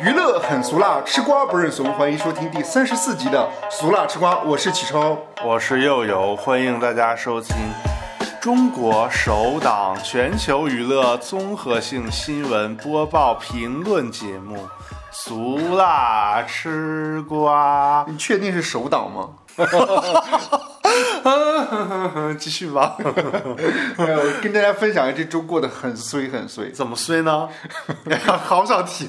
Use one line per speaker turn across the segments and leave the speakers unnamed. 娱乐很俗辣，吃瓜不认怂。欢迎收听第三十四集的《俗辣吃瓜》，我是启超。
我是佑佑，欢迎大家收听中国首档全球娱乐综合性新闻播报评论节目《俗辣吃瓜
你确定是首档吗？》。
继续吧，
哎我跟大家分享一下，这周过得很衰很衰，
怎么衰呢？
好想停。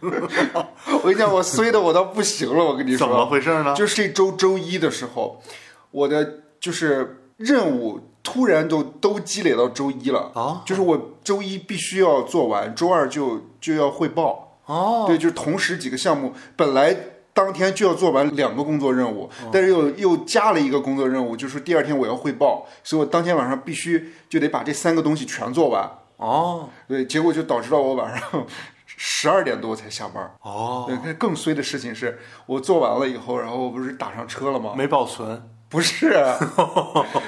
我跟你讲，我衰的我都不行了，我跟你说。
怎么回事呢？
就是这周周一的时候，我的就是任务突然都都积累到周一了
啊，
就是我周一必须要做完，周二就就要汇报，
哦，
对，就是同时几个项目，本来当天就要做完两个工作任务，
哦
但是又又加了一个工作任务，就是第二天我要汇报，所以我当天晚上必须就得把这三个东西全做完，
哦，
对，结果就导致到我晚上十二点多才下班。
哦，
对，更衰的事情是我做完了以后，然后我不是打上车了吗？
没保存。
不是，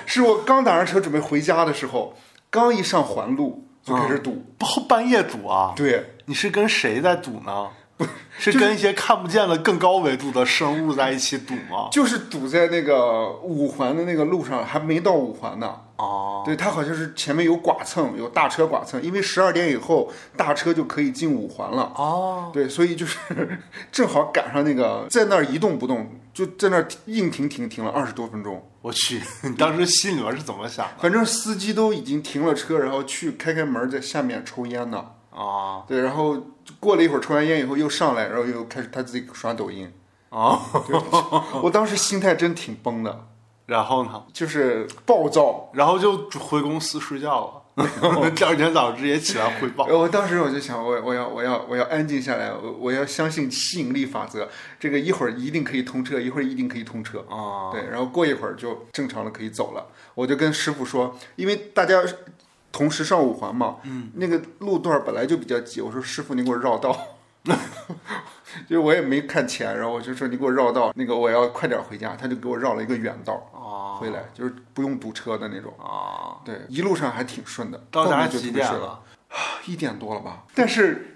是我刚打上车准备回家的时候，刚一上环路就开始堵。
包半夜堵啊？
对，
你是跟谁在堵呢？是跟一些看不见的更高维度的生物在一起堵吗？
就是堵在那个五环的那个路上，还没到五环呢。
哦，
对，它好像是前面有剐蹭，有大车剐蹭，因为十二点以后大车就可以进五环了。
哦，
对，所以就是 正好赶上那个在那儿一动不动，就在那儿硬停停停了二十多分钟。
我去， 你当时心里面是怎么想的
反正司机都已经停了车，然后去开开门，在下面抽烟呢。
啊？
对，然后过了一会儿抽完烟以后又上来，然后又开始他自己刷抖音。
啊，
我当时心态真挺崩的，
然后呢？
就是暴躁。
然后就回公司睡觉
哦
了， 第二天早上直接起来汇报。
呃我当时我就想，我我要我要我要安静下来，我我要相信吸引力法则，这个一会儿一定可以通车，一会儿一定可以通车。
啊，
对，然后过一会儿就正常了，可以走了。我就跟师傅说，因为大家同时上五环嘛，嗯，那个路段本来就比较挤，我说师傅你给我绕道， 就是我也没看钱，然后我就说你给我绕道，那个我要快点回家，他就给我绕了一个远道
啊
回来，就是不用堵车的那种。
啊！
对，一路上还挺顺的，
到家
面就
几
特别
点
顺了？
了？
一点多了吧？但是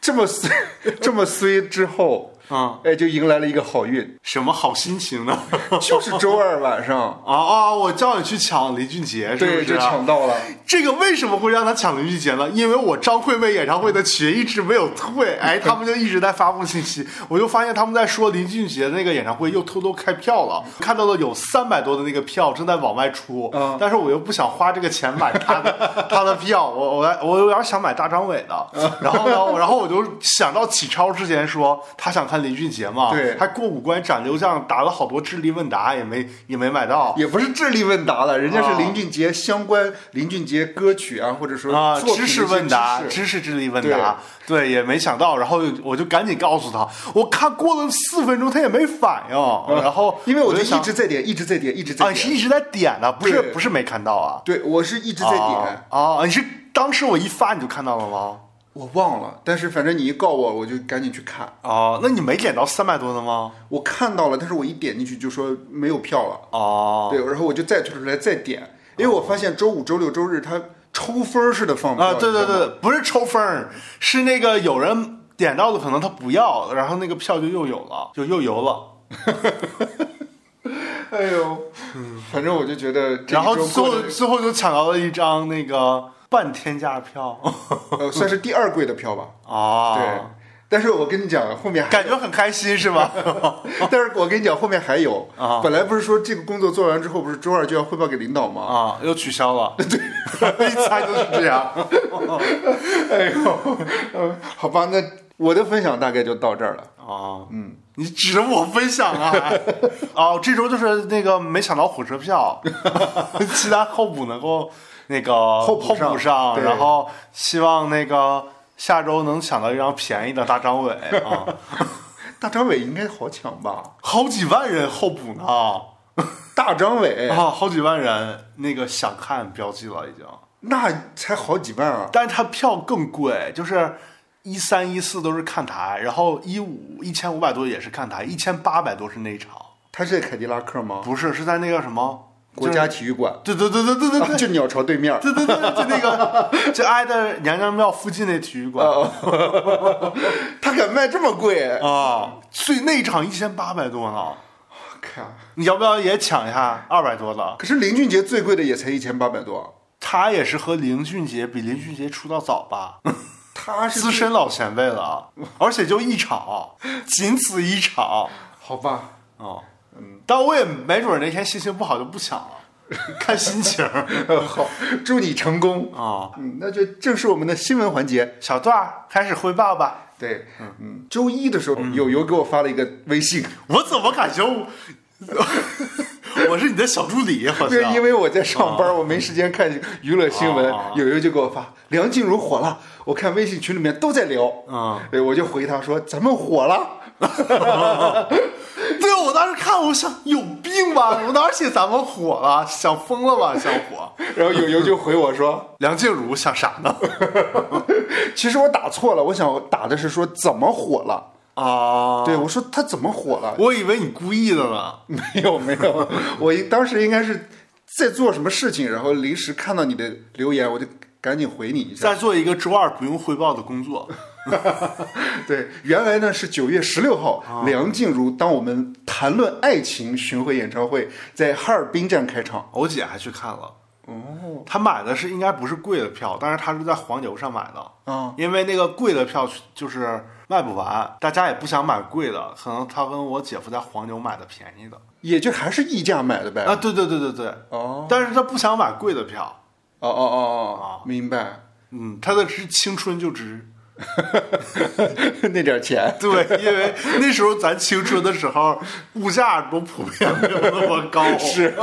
这么衰 这么衰之后，
啊，
哎，就迎来了一个好运，
什么好心情呢？
就是周二晚上，
啊啊！我叫你去抢林俊杰，是
对，
不是
就？抢到了。
这个为什么会让他抢林俊杰呢？因为我张惠妹演唱会的群一直没有退，哎，他们就一直在发布信息， 我就发现他们在说林俊杰的那个演唱会又偷偷开票了，看到了有三百多的那个票正在往外出，
嗯
但是我又不想花这个钱买他 的他的票，我我我有点想买大张伟的，然后呢，然后我就想到启超之前说他想看林俊杰嘛，
对
还过五关斩六将，答了好多智力问答也没也没买到，
也不是智力问答了，人家是林俊杰相关林俊杰歌曲啊，或者说
啊，
作品的
知
一些
识问答，
知识
知识智力问答，对，也没想到，然后我就赶紧告诉他，我看过了四分钟，他也没反应，然后
嗯因啊为我
我
就
想
一直在点，一直在点，一直
啊，
在
你是
点。
一直在点的，不是
对
不是没看到啊，
对，我是一直在点，
啊啊，你是当时我一发你就看到了吗？
我忘了，但是反正你一告我，我就赶紧去看。
哦、那你没点到三百多的吗？
我看到了，但是我一点进去就说没有票了，
哦、
对，然后我就再退出来再点，因为我发现周五、周六、周日它抽分儿似的放票
啊，对对，
你知道
对
吗，
不是抽风儿，是那个有人点到的，可能他不要，然后那个票就又有了，就又游了。
哎呦， 反正我就觉得这一周
嗯然后最
过
后
得，
最后就抢到了一张那个半天价 票
呃，算是第二贵的票吧， 对
啊，。
但是我跟你讲，后面还。
感觉很开心是 吧？
但是我跟你讲，后面还有
啊
本来不是说这个工作做完之后，不是周二就要汇报给领导吗？
啊，又取消 了，对，一猜就是这样。
哎呦，呃好吧，那我的分享大概就到这儿了。
啊，嗯，你指着我分享啊？ 哦，这周就是那个没抢到火车票， 期待候补能够那个候
补上
补上，
对
然后希望那个下周能抢到一张便宜的大张 伟啊，
大张伟应该好抢吧？
好几万人候补呢。
大张伟、
啊，好几万人那个想看标记了已经，
那才好几万啊！
但是他票更贵，就是一三一四都是看台，然后一五一千五百多也是看台，一千八百多是内场，
他是在凯迪拉克吗？
不是是在那个什么
国家体育馆，
对对对对对对
啊
对
就鸟巢对面儿。
对对对，就那个就挨着娘娘庙附近那体育馆啊、
他敢卖这么贵？
所以那一场一千八百多呢。
看，啊
你要不要也抢一下二百多的？
可是林俊杰最贵的也才一千八百多，
他也是和林俊杰比林俊杰出道早吧，
他是
资深老前辈了啊，而且就一场，仅此一场
好吧？
哦。但我也没准儿那天心情不好就不抢了， 看心情啊、
好，祝你成功。嗯，那就正是我们的新闻环节。
小段儿开始汇报吧。
对，嗯，周一的时候，友友给我发了一个微信，
我怎么感觉我我是你的小助理？好
对，
像
因为我在上班，我没时间看娱乐新闻
啊，
友友就给我发梁静茹火了，我看微信群里面都在聊，
啊，
对，我就回他说咱们火了，
对，我当时看我想有病吧，我当时写咱们火了，想疯了吧，想火。
然后友友就回我说。
梁静茹想啥呢？
其实我打错了，我想打的是说怎么火了。
啊，
对，我说他怎么火了？
我以为你故意的呢。
没有没有，我一当时应该是在做什么事情，然后临时看到你的留言，我就赶紧回你一 下。
在做一个周二不用汇报的工作。
对，原来呢是九月十六
哦
号，梁静茹当我们谈论爱情巡回演唱会在哈尔滨站开场。
我姐还去看了。哦，她买的是应该不是贵的票，但是她是在黄牛上买的。
啊，
因为那个贵的票就是卖不完，大家也不想买贵的，可能她跟我姐夫在黄牛买的便宜的。
也就还是溢价买的呗。
啊，对对对对对，
哦
但是她不想买贵的票。
哦哦哦哦，明白，
嗯，她的是青春就值。
那点钱。
对，因为那时候咱青春的时候，物价都普遍没有那么 高，是，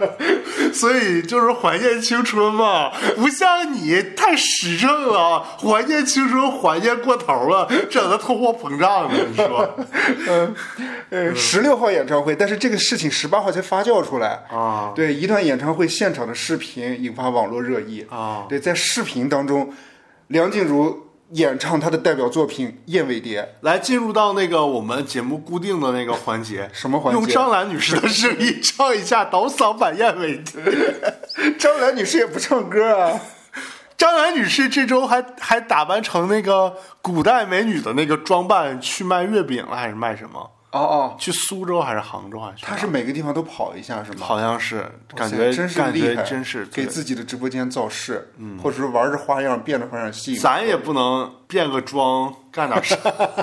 所以就是怀念青春嘛，不像你太实诚了，怀念青春怀念过头了，整的通货膨胀了，你说 嗯
呃，十六号演唱会，但是这个事情十八号才发酵出来。
啊
对，一段演唱会现场的视频引发网络热议。
啊，
对，在视频当中，梁静茹演唱她的代表作品《燕尾蝶》。
来进入到那个我们节目固定的那个环节，
什么环节
用张兰女士的声音唱一下倒嗓版燕尾蝶。
张兰女士也不唱歌 啊，
张兰女士这周还还打扮成那个古代美女的那个装扮去卖月饼了，还是卖什么？
哦哦，
去苏州还是杭州还是去哪？
她是每个地方都跑一下是吗？
好像是感
哇塞
觉
真是
感
厉
觉
害，
真是
给自己的直播间造势，嗯，或者说玩着花样变着花样吸
对
引。
咱也不能变个装干 点啥，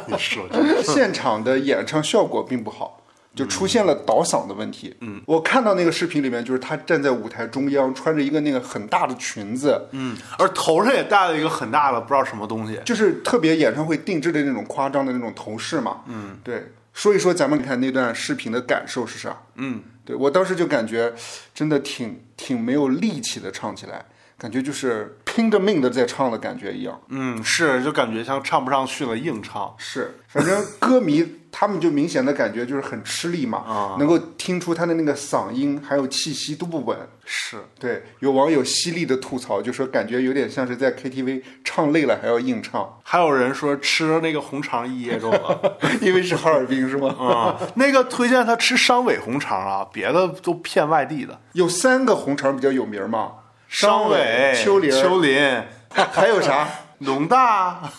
你说真的
现场的演唱效果并不好，就出现了倒嗓的问题。嗯，我看到那个视频里面，就是她站在舞台中央，穿着一个那个很大的裙子，
嗯，而头上也戴了一个很大的不知道什么东西，
就是特别演唱会定制的那种夸张的那种头饰嘛。嗯，对。说一说咱们看那段视频的感受是啥？嗯，对我当时就感觉真的挺挺没有力气的唱起来，感觉就是拼着命的在唱的感觉一样。
嗯，是就感觉像唱不上去了，硬唱。
是，反正歌迷他们就明显的感觉就是很吃力嘛，
啊
能够听出他的那个嗓音还有气息都不稳。
是，
对，有网友犀利的吐槽，就说感觉有点像是在 KTV 唱累了还要硬唱，
还有人说吃那个红肠一噎着了。
因为是哈尔滨是吗？
啊、那个推荐他吃商委红肠啊，别的都骗外地的。
有三个红肠比较有名嘛，商
委、
丘陵、
丘陵、
还有啥？
农大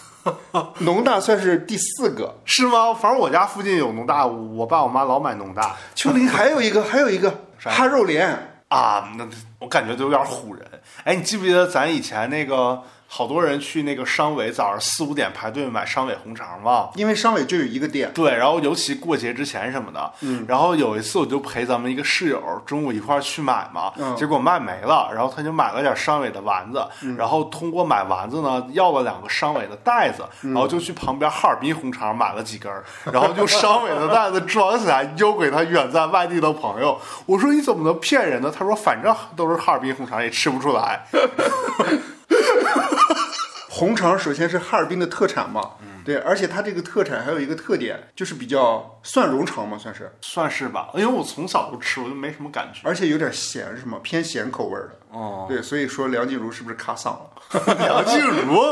农大算是第四个，
是吗？反正我家附近有农大，我爸我妈老买农大
丘陵还有一个，还有一个哈肉莲。
啊，那我感觉都有点唬人。哎，你记不记得咱以前那个好多人去那个商委早上四五点排队买商委红肠吗？
因为商委就有一个店，
对，然后尤其过节之前什么的，嗯，然后有一次我就陪咱们一个室友中午一块儿去买嘛，
嗯
结果卖没了，然后他就买了点商委的丸子，然后通过买丸子呢要了两个商委的袋子，然后就去旁边哈尔滨红肠买了几根儿，然后用商委的袋子装起来邮给他远在外地的朋友。我说你怎么能骗人呢？他说反正都是哈尔滨红肠，也吃不出来。
红肠首先是哈尔滨的特产嘛，对，而且它这个特产还有一个特点，就是比较蒜蓉肠嘛，算是，
算是吧，因为我从小就吃，我就没什么感觉。
而且有点咸是吗？偏咸口味儿的，
哦，
对，所以说梁静茹是不是卡嗓了？
梁静茹，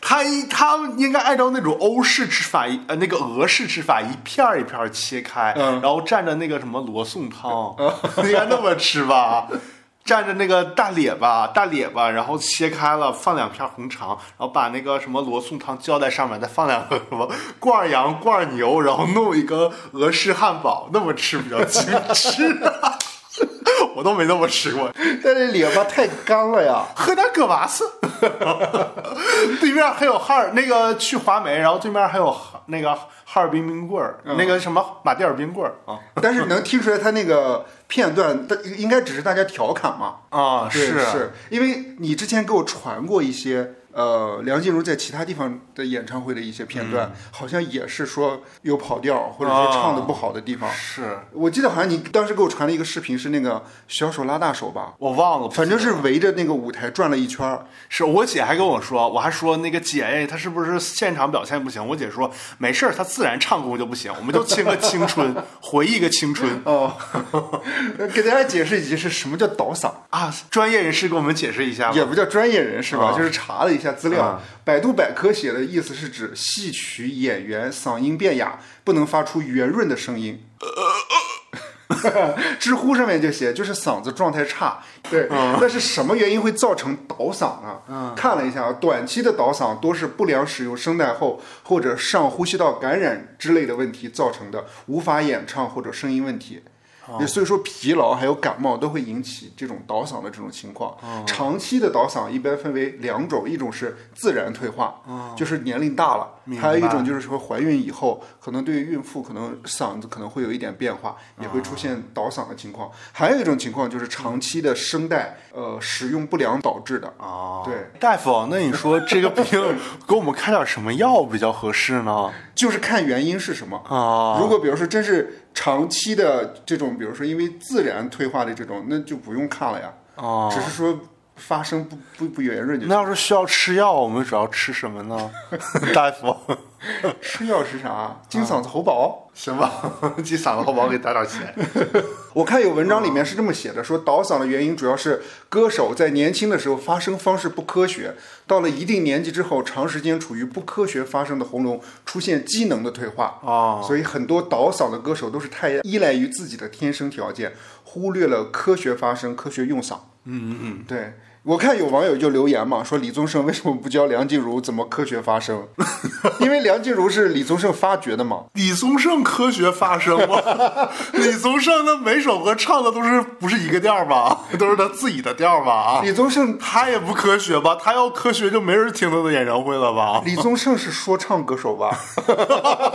她他他应该按照那种欧式吃法，呃，那个俄式吃法，一片儿一片儿切开，
嗯
然后蘸着那个什么罗宋汤， 应该那么吃吧。蘸着那个大列巴，大列巴，然后切开了，放两片红肠，然后把那个什么罗宋汤浇在上面，再放两个什么罐羊、罐牛，然后弄一个俄式汉堡，那么吃比较精致。啊 我都没那么吃过，
但这列巴太干了呀。
喝点葛娃斯。 对面还有哈尔那个去华梅，然后对面还有哈那个哈尔滨冰棍儿，
嗯
那个什么马迭尔冰棍儿啊
但是能听出来他那个片段，他应该只是大家调侃嘛？
啊
对是因为你之前给我传过一些呃梁静茹在其他地方的演唱会的一些片段，好像也是说有跑调或者说唱的不好的地方。
是，
我记得好像你当时给我传了一个视频，是那个小手拉大手吧？
我忘了，
反正是围着那个舞台转了一圈儿。
是我姐还跟我说，我还说那个姐哎，她是不是现场表现不行？我姐说没事儿，她自然唱功就不行，我们就听个青 春，回忆个青春
哦， 给大家解释一下是什么叫倒嗓，
啊！专业人士给我们解释一下吧。
也不叫专业人士吧，
啊
就是查了一下资料，
啊
百度百科写的意思是指戏曲演员嗓音变哑，不能发出圆润的声音。 知乎上面就写，就是嗓子状态差，对。
啊
但是什么原因会造成倒嗓呢？看了一下，啊短期的倒嗓多是不良使用声带后或者上呼吸道感染之类的问题造成的，无法演唱或者声音问题。
啊
也所以说，疲劳还有感冒都会引起这种倒嗓的这种情况。
哦
长期的倒嗓一般分为两种，一种是自然退化，就是年龄大了；
哦明白
还有一种就是说怀孕以后，可能对于孕妇可能嗓子可能会有一点变化，
哦
也会出现倒嗓的情况。还有一种情况就是长期的声带呃使用不良导致的。
啊，
对，
大夫，那你说这个病 给我们开点什么药比较合适呢？
就是看原因是什么。
啊，
如果比如说真是长期的这种，比如说因为自然退化的这种，那就不用看了呀。
哦，
只是说发声不不不圆润就
那
行。
要是需要吃药，我们主要吃什么呢？ 大 夫，
吃药是啥？金嗓子喉宝。
行吧，记嗓子好不好？给打点钱。
我看有文章里面是这么写的，说倒嗓的原因主要是歌手在年轻的时候发声方式不科学，到了一定年纪之后，长时间处于不科学发声的喉咙出现机能的退化。
哦，
所以很多倒嗓的歌手都是太依赖于自己的天生条件，忽略了科学发声、科学用嗓。嗯嗯嗯，对。我看有网友就留言嘛，说李宗盛为什么不教梁静茹怎么科学发 声？因为梁静茹是李宗盛发掘的嘛。
李宗盛科学发声吗？ 李宗盛那每首歌唱的都是不是一个调儿吧？ 都是他自己的调儿吧？啊，
李宗盛，
他也不科学吧？他要科学就没人听他的演唱会了吧？
李宗盛是说唱歌手吧？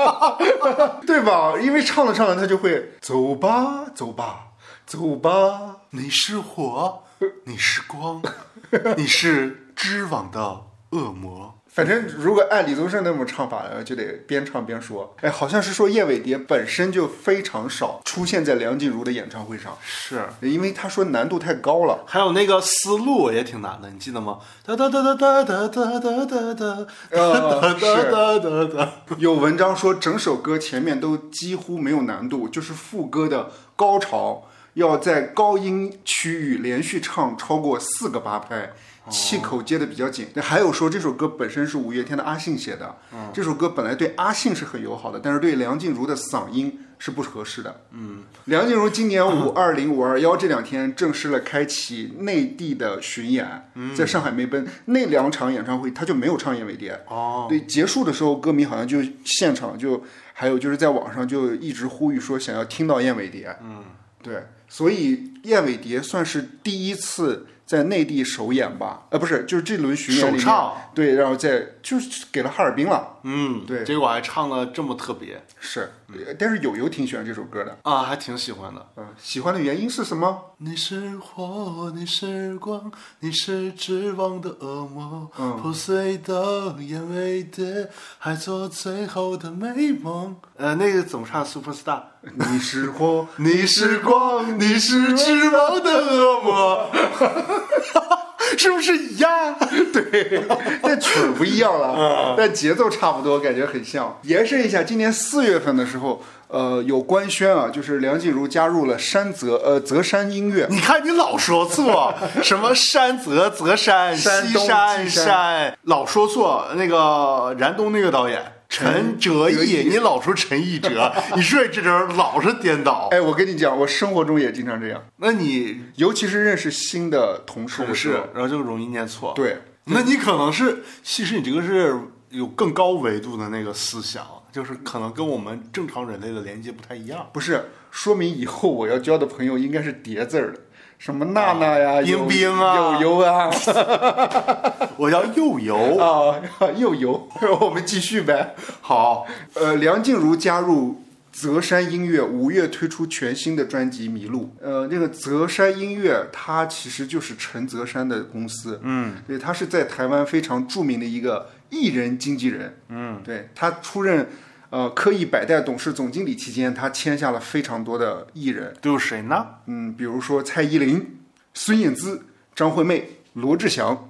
对吧？因为唱着唱着他就会走吧，走吧，走吧。
你是火，你是光，你是织网的恶魔。
反正如果按李宗盛那种唱法，呃就得边唱边说。哎，好像是说叶伟蝶本身就非常少出现在梁静茹的演唱会上，
是，
因为他说难度太高了。
还有那个思路也挺难的，你记得吗？哒哒哒哒哒哒哒哒哒哒
呃
哒哒哒哒哒。
有文章说整首歌前面都几乎没有难度，就是副歌的高潮要在高音区域连续唱超过四个八拍。气口接的比较紧，那还有说这首歌本身是五月天的阿信写的，这首歌本来对阿信是很友好的，但是对梁静茹的嗓音是不合适的。嗯，梁静茹今年五
啊
二零五二幺这两天正式了开启内地的巡演，
嗯
在上海梅奔那两场演唱会，她就没有唱《燕尾蝶》
哦，
对，结束的时候，歌迷好像就现场就，还有就是在网上就一直呼吁说想要听到燕尾蝶。嗯，对，所以燕尾蝶算是第一次在内地首演吧？呃，不是，就是这轮巡演里面
首唱。
对，然后在就是给了哈尔滨了。
嗯，
对
结果还唱的这么特别
是，
嗯
呃但是友友挺喜欢这首歌的。
啊，还挺喜欢的。
嗯，喜欢的原因是什么？
你是火，你是光，你是指望的恶魔，破碎的眼尾蝶，还做最后的美梦。呃，那个怎么唱？Super Star。
你是 火，
你是光，你是指望的恶魔。是不是一 样？
对，但曲儿不一样
啊
了，但节奏差不多，感觉很像。延伸一下，今年四月份的时候，呃，有官宣啊，就是梁静茹加入了山泽呃泽山音乐，
你看你老说错，什么山泽泽山、
山
西
东
山
西山
山，老说错。那个燃冬那个导演陈哲
哲
艺，
艺
你老说陈奕哲，你说你这人老是颠倒。
哎，我跟你讲，我生活中也经常这样，
那你
尤其是认识新的同事
同
的时候
事，然后就容易念错。，
对，
那你可能是，其实你这个是有更高维度的那个思想，就是可能跟我们正常人类的连接不太一样。
不是说明以后我要交的朋友应该是叠字儿的，什么娜娜呀、
冰冰啊
友友啊
我要又游，
啊 又游，我们继续呗。
好，
呃，梁静茹加入泽山音乐，五月推出全新的专辑《迷路》。呃，那个泽山音乐，它其实就是陈泽山的公司。嗯，对，他是在台湾非常著名的一个艺人经纪人。嗯，对他出任呃科艺百代董事总经理期间，他签下了非常多的艺人，
都有谁呢？
嗯，比如说蔡依林、孙燕姿、张惠妹、罗志祥，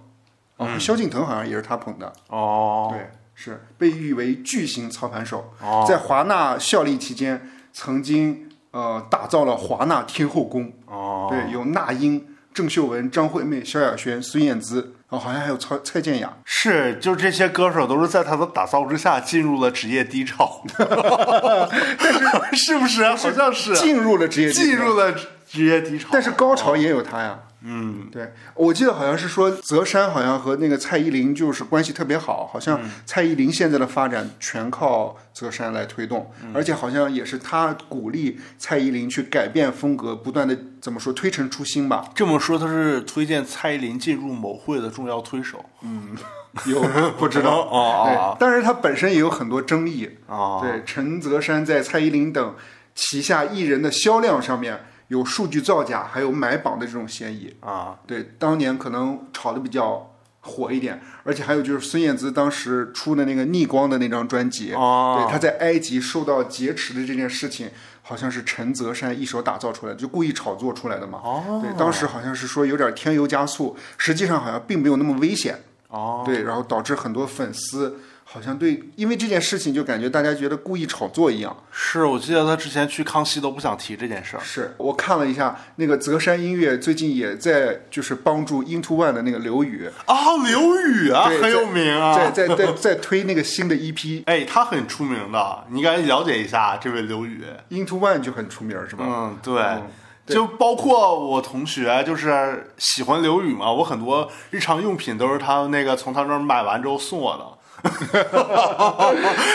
啊、萧敬腾好像也是他捧的。
哦，
对，是被誉为巨型操盘手，
哦
在华纳效力期间，曾经呃打造了华纳天后宫，
哦，
对，有那英、郑秀文、张惠妹、萧亚轩、孙燕姿，哦，好像还有蔡蔡健雅，
是，就是这些歌手都是在他的打造之下进入了职业低 潮，但是是不是？啊好像是
进入了职业
进
巅峰
入了职业低潮，
但是高潮也有他呀。
嗯，
对，我记得好像是说泽山好像和那个蔡依林就是关系特别好，好
嗯
像蔡依林现在的发展全靠泽山来推动，
嗯
而且好像也是他鼓励蔡依林去改变风格，不断的怎么说推陈出新吧，
这么说他是推荐蔡依林进入某会的重要推手，
有不知道。
哦
对，但是他本身也有很多争议。
哦哦，
对，陈泽山在蔡依林等旗下艺人的销量上面有数据造假，还有买榜的这种嫌疑。
啊，
对，当年可能炒的比较火一点，而且还有就是孙燕姿当时出的那个逆光的那张专辑，
哦
对，她在埃及受到劫持的这件事情，好像是陈泽山一手打造出来的，就故意炒作出来的嘛。
哦
对，当时好像是说有点添油加醋，实际上好像并没有那么危险。
哦，
对，然后导致很多粉丝好像对，因为这件事情就感觉大家觉得故意炒作一样。
是我记得他之前去康熙都不想提这件事儿，
是我看了一下，那个泽山音乐最近也在就是帮助 Into One 的那个刘宇，
啊，刘宇啊，
对
很有名啊，
在在在在推那个新的 E EP
哎，他很出名的，你应该了解一下这位刘宇。
Into One 就很出名儿是吧？
嗯，对。
嗯
就包括我同学，就是喜欢刘宇嘛，我很多日常用品都是他那个从他那儿买完之后送我的，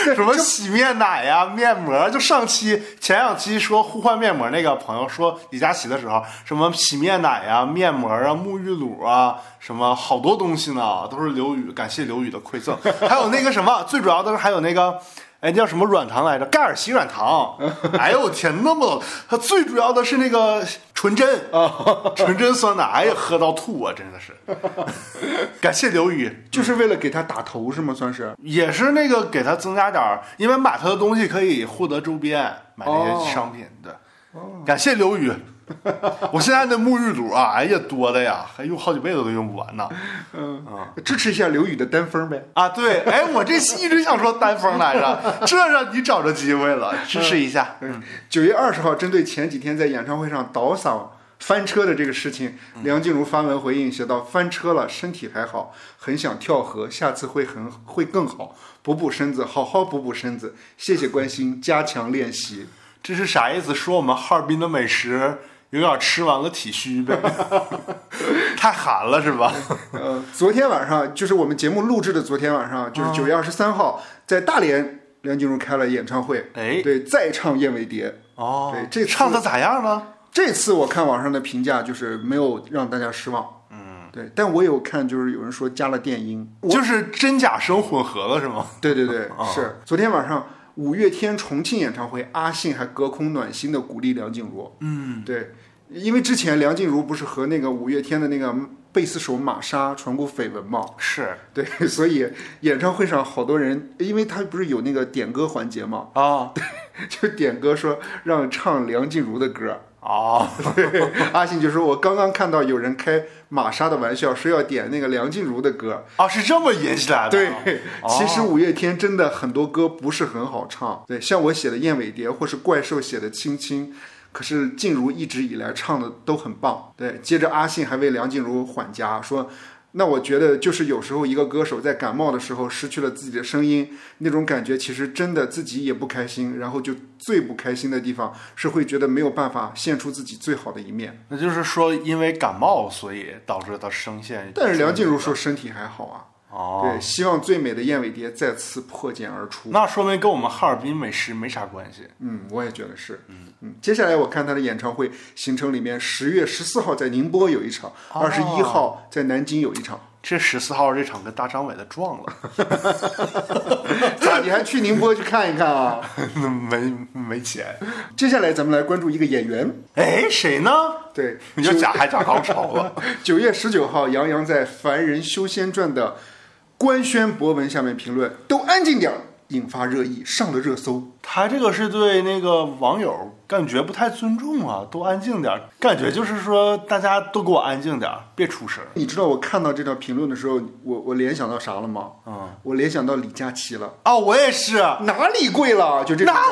什么洗面奶呀、面膜，就上期前两期说互换面膜那个朋友说李佳琦的时候，什么洗面奶呀、面膜啊、沐浴乳啊，什么好多东西呢，都是刘宇，感谢刘宇的馈赠，还有那个什么，最主要的是还有那个。哎，叫什么软糖来着？盖尔奇软糖。哎呦我天，那么老它最主要的是那个纯甄啊，纯甄酸奶，哎呀，喝到吐啊，真的是。 感谢刘宇，
就是为了给他打头是吗？算是
也是那个给他增加点儿，因为买他的东西可以获得周边，买那些商品对。感谢刘 宇，我现在那沐浴乳啊，哎呀多的呀，还用好几辈子都用不完呢。嗯
支持一下刘宇的单峰呗。
啊，对，哎，我这期一直想说单峰来 着，这让你找着机会了，支持一下。
九月二十号，针对前几天在演唱会上倒嗓翻车的这个事情，
嗯
梁静茹发文回应写道：“翻车了，身体还好，很想跳河，下次会很会更好，补补身子，好好补补身子，谢谢关心，加强练习。”
这是啥意思？说我们哈尔滨的美食有点吃完了体虚 呗，太寒了是吧？
呃，昨天晚上就是我们节目录制的昨天晚上，就是九月二十三号，在大连，梁静茹开了演唱会，
哎，
对，再唱《燕尾蝶》。
哦，
对这次
唱的咋样呢？
这次我看网上的评价就是没有让大家失望，嗯，对，但我有看就是有人说加了电音，
就是真假声混合了是吗？
对对对，
啊
是昨天晚上五月天重庆演唱会，阿信还隔空暖心的鼓励梁静茹，嗯，对，因为之前梁静茹不是和那个五月天的那个贝斯手玛莎传过绯闻嘛，
是
对， 所以演唱会上好多人，因为他不是有那个点歌环节嘛，
啊，
就点歌说让唱梁静茹的歌，
哦，
对，阿信就说：“我刚刚看到有人开玛莎的玩笑，说要点那个梁静茹的歌。
啊，是这么引起来的。
对，
哦
其实五月天真的很多歌不是很好唱，对，像我写的《燕尾蝶》或是怪兽写的《青青》，可是静茹一直以来唱的都很棒。对，接着阿信还为梁静茹缓颊说。那我觉得，就是有时候一个歌手在感冒的时候失去了自己的声音，那种感觉其实真的自己也不开心，然后就最不开心的地方是会觉得没有办法献出自己最好的一面。
那就是说，因为感冒，所以导致他声线。
但是梁静茹说身体还好啊，
哦，
对，希望最美的燕尾蝶再次破茧而出。
那说明跟我们哈尔滨美食没啥关系。
嗯，我也觉得是。嗯接下来我看他的演唱会行程里面，十月十四号在宁波有一场，
哦
二十一号在南京有一场。
这十四号这场跟大张伟的撞了，
咋？你还去宁波去看一看 啊？
没没钱。
接下来咱们来关注一个演员，
哎，谁呢？
对，
你就假还假高潮了。
九月十九号，杨洋在《凡人修仙传》的官宣博文下面评论：“都安静点儿！”引发热议，上了热搜。
他这个是对那个网友感觉不太尊重啊，都安静点儿，感觉就是说大家都给我安静点儿，别出声儿。
你知道我看到这条评论的时候，我我联想到啥了吗？
嗯，
我联想到李佳琦了。
啊，我也是，那
哪里贵了？就这种。
安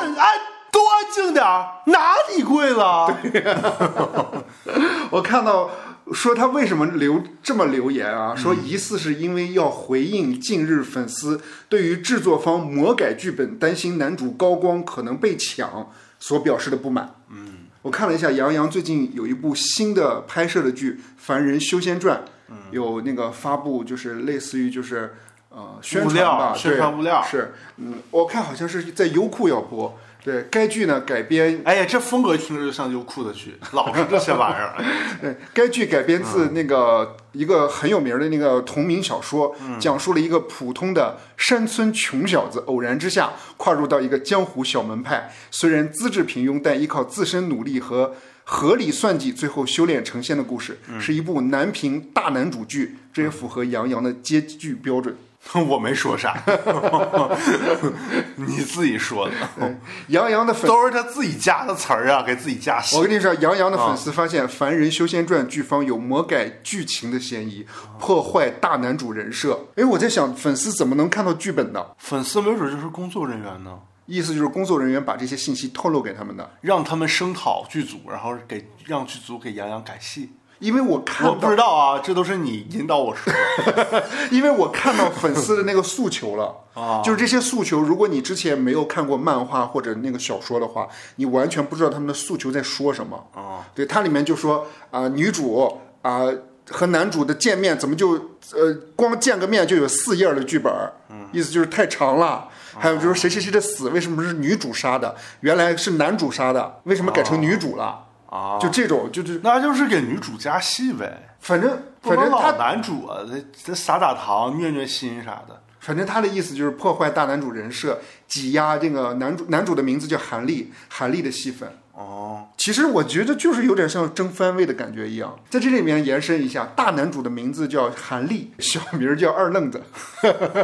都安静点儿，哪里贵了？
我看到说他为什么留这么留言啊？
嗯
说疑似是因为要回应近日粉丝对于制作方魔改剧本，担心男主高光可能被抢所表示的不满。嗯，我看了一下杨洋最近有一部新的拍摄的剧《凡人修仙传》，
嗯
有那个发布就是类似于就是。呃，宣
物
传
料
吧，
宣
对
传物料
是，嗯，我看好像是在优酷要播。对，该剧呢改编
哎呀，这风格听着就像优酷的剧，老是这些玩意儿。
对，该剧改编自那个一个很有名的那个同名小说，讲述了一个普通的山村穷小子偶然之下跨入到一个江湖小门派，虽然资质平庸，但依靠自身努力和合理算计，最后修炼成仙的故事，是一部男频大男主剧，这也符合杨洋的接剧标准。
我没说啥， 你自己说的，
杨洋的粉丝
都是他自己加的词儿啊，给自己加 戏
我。跟你说，杨洋的粉丝发现《凡人修仙传》剧方有魔改剧情的嫌疑，破坏大男主人设。哎，我在想，粉丝怎么能看到剧本呢？
粉丝没准就是工作人员呢，
意思就是工作人员把这些信息透露给他们的。
让他们声讨剧组，然后给让剧组给杨洋改戏。
因为我
我
看
不
到
知，道啊，这都是你引导我说的。
因为我看到粉丝的那个诉求了
啊
就是这些诉求，如果你之前没有看过漫画或者那个小说的话，你完全不知道他们的诉求在说什么。
啊，
对，它里面就说啊、女主啊、和男主的见面怎么就呃光见个面就有四页儿的剧本儿，
嗯
意思就是太长
啊
了。还有就是谁谁谁的死为什么是女主杀的？原来是男主杀的，为什么改成女主了？
啊，
就这种，就是
那就是给女主加戏呗，
反正
不
反
能
正
老
他
男主啊，这这撒撒糖、虐虐心啥的。
反正他的意思就是破坏大男主人设，挤压这个男主男主的名字叫韩立，韩立的戏份。
哦，
其实我觉得就是有点像争番位的感觉一样，在这里面延伸一下，大男主的名字叫韩立，小名叫二愣子，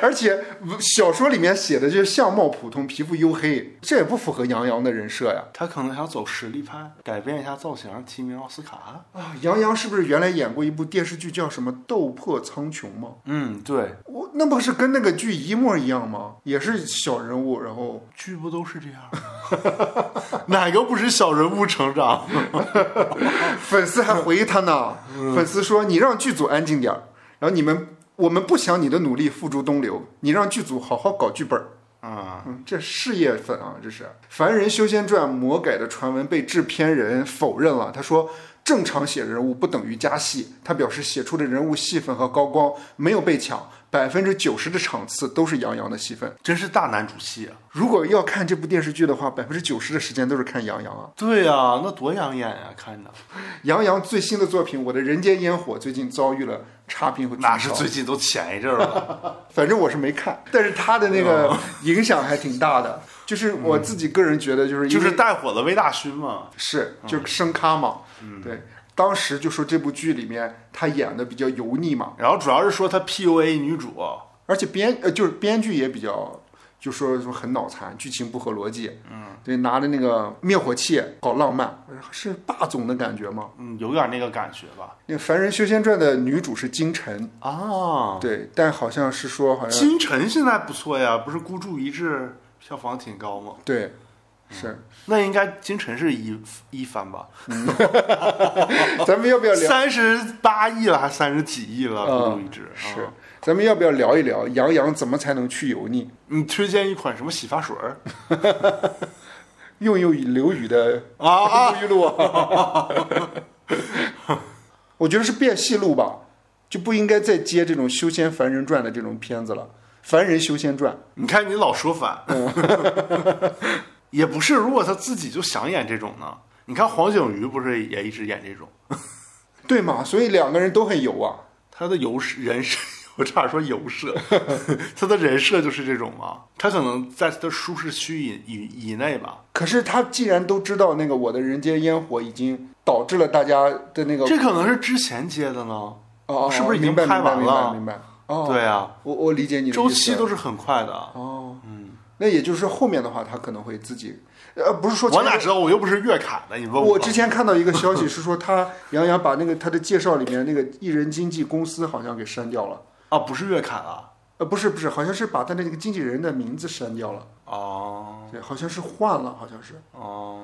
而且小说里面写的就是相貌普通，皮肤黝黑，这也不符合杨洋的人设呀。
他可能想走实力派，改变一下造型，提名奥斯卡。
啊，杨洋是不是原来演过一部电视剧叫什么《斗破苍穹》吗？
嗯，对，
我那不是跟那个剧一模一样吗？也是小人物，然后
剧不都是这样吗？ 哪个不是小人物成长？
粉丝还回他呢。粉丝说：“你让剧组安静点儿，然后你们我们不想你的努力付诸东流，你让剧组好好搞剧本儿。”
嗯，
嗯，这事业粉啊，这是《凡人修仙传》魔改的传闻被制片人否认了。他说，正常写人物不等于加戏。他表示，写出的人物戏份和高光没有被抢，百分之九十的场次都是杨洋的戏份。
真是大男主戏啊！
如果要看这部电视剧的话，百分之九十的时间都是看杨洋啊。
对呀、啊，那多养眼啊，看着。
杨洋最新的作品《我的人间烟火》最近遭遇了差评和
那
吐
是
槽
最近都前一阵儿 了。
反正我是没看，但是他的那个
哦
影响还挺大的。就是我自己个人觉得，就是因为
就是带火了魏大嗯勋嘛。
是就是生咖嘛，
嗯
对。当时就说这部剧里面他演的比较油腻嘛，
然后主要是说他 PUA 女主，
而且编呃就是编剧也比较就说说很脑残，剧情不合逻辑，嗯，对，拿着那个灭火器搞浪漫，是霸总的感觉吗？
嗯，有点那个感觉吧。
那《凡人修仙传》的女主是金晨，
啊，
对，但好像是说好像
金晨现在不错呀，不是孤注一掷票房挺高吗？
对，是，
那应该金晨是一一番吧？
咱们要不要聊？
三十八亿了还三十几亿了，
嗯
孤注一掷
是
啊，
咱们要不要聊一聊杨洋怎么才能去油腻？
你推荐一款什么洗发水儿？
用用刘宇的
啊，
沐浴露，啊我觉得是变戏路吧，就不应该再接这种修仙凡人传的这种片子了，《凡人修仙传》
你看你老说反，
嗯
也不是。如果他自己就想演这种呢？你看黄景瑜不是也一直演这种？
对嘛？所以两个人都很油啊。
他的游是人设，我差点说游 设，他的人设就是这种嘛。他可能在他的舒适区以以以内吧。
可是他既然都知道那个《我的人间烟火》已经导致了大家的那个，
这可能是之前接的呢。
哦哦，
是不是已经
明白
拍完
明白
了
明白明白哦，
对啊，
我我理解你的
周
意思
期都是很快的。
哦，嗯，那也就是后面的话，他可能会自己，呃，不是说
我
前
哪
面
知道？我又不是月侃的，你问
我之前看到一个消息是说，他 杨洋把那个他的介绍里面那个艺人经纪公司好像给删掉了，
啊，不是月侃啊。
呃，不是不是，好像是把他那个经纪人的名字删掉了，
哦
对，好像是换了，好像是，
哦，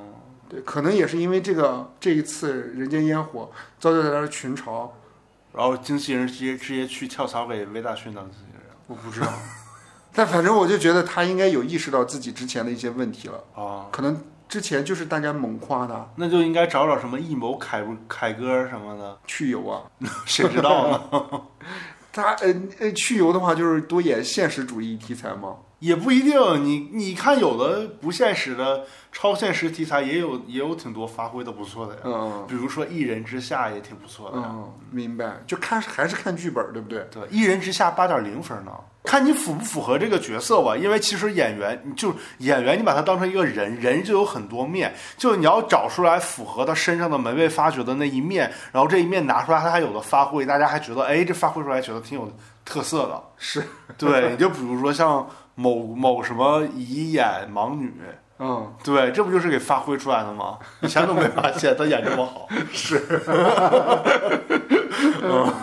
对，可能也是因为这个这一次《人间烟火》遭到大家的群嘲，
然后经纪人直接直接去跳槽给魏大勋当经纪人。
我不知道， 但反正我就觉得他应该有意识到自己之前的一些问题了，
哦，
可能之前就是大家猛夸他
那就应该找找什么一谋凯凯歌什么的，
去油啊，
谁知道呢？
他呃呃去油的话就是多演现实主义题材嘛，
也不一定。你你看，有的不现实的、超现实题材也有也有挺多发挥的不错的呀。
嗯。
比如说《一人之下》也挺不错的呀。
嗯，明白，就看还是看剧本，对不对？
对，一人之下八点零分呢，看你符不符合这个角色吧。因为其实演员，你就演员，你把他当成一个人，人就有很多面，就你要找出来符合他身上的门未发掘的那一面，然后这一面拿出来，他还有的发挥，大家还觉得，哎，这发挥出来觉得挺有特色的。
是，
对，你就比如说像某某什么遗演盲女，
嗯，
对，这不就是给发挥出来的吗？以前都没发现他演这么好。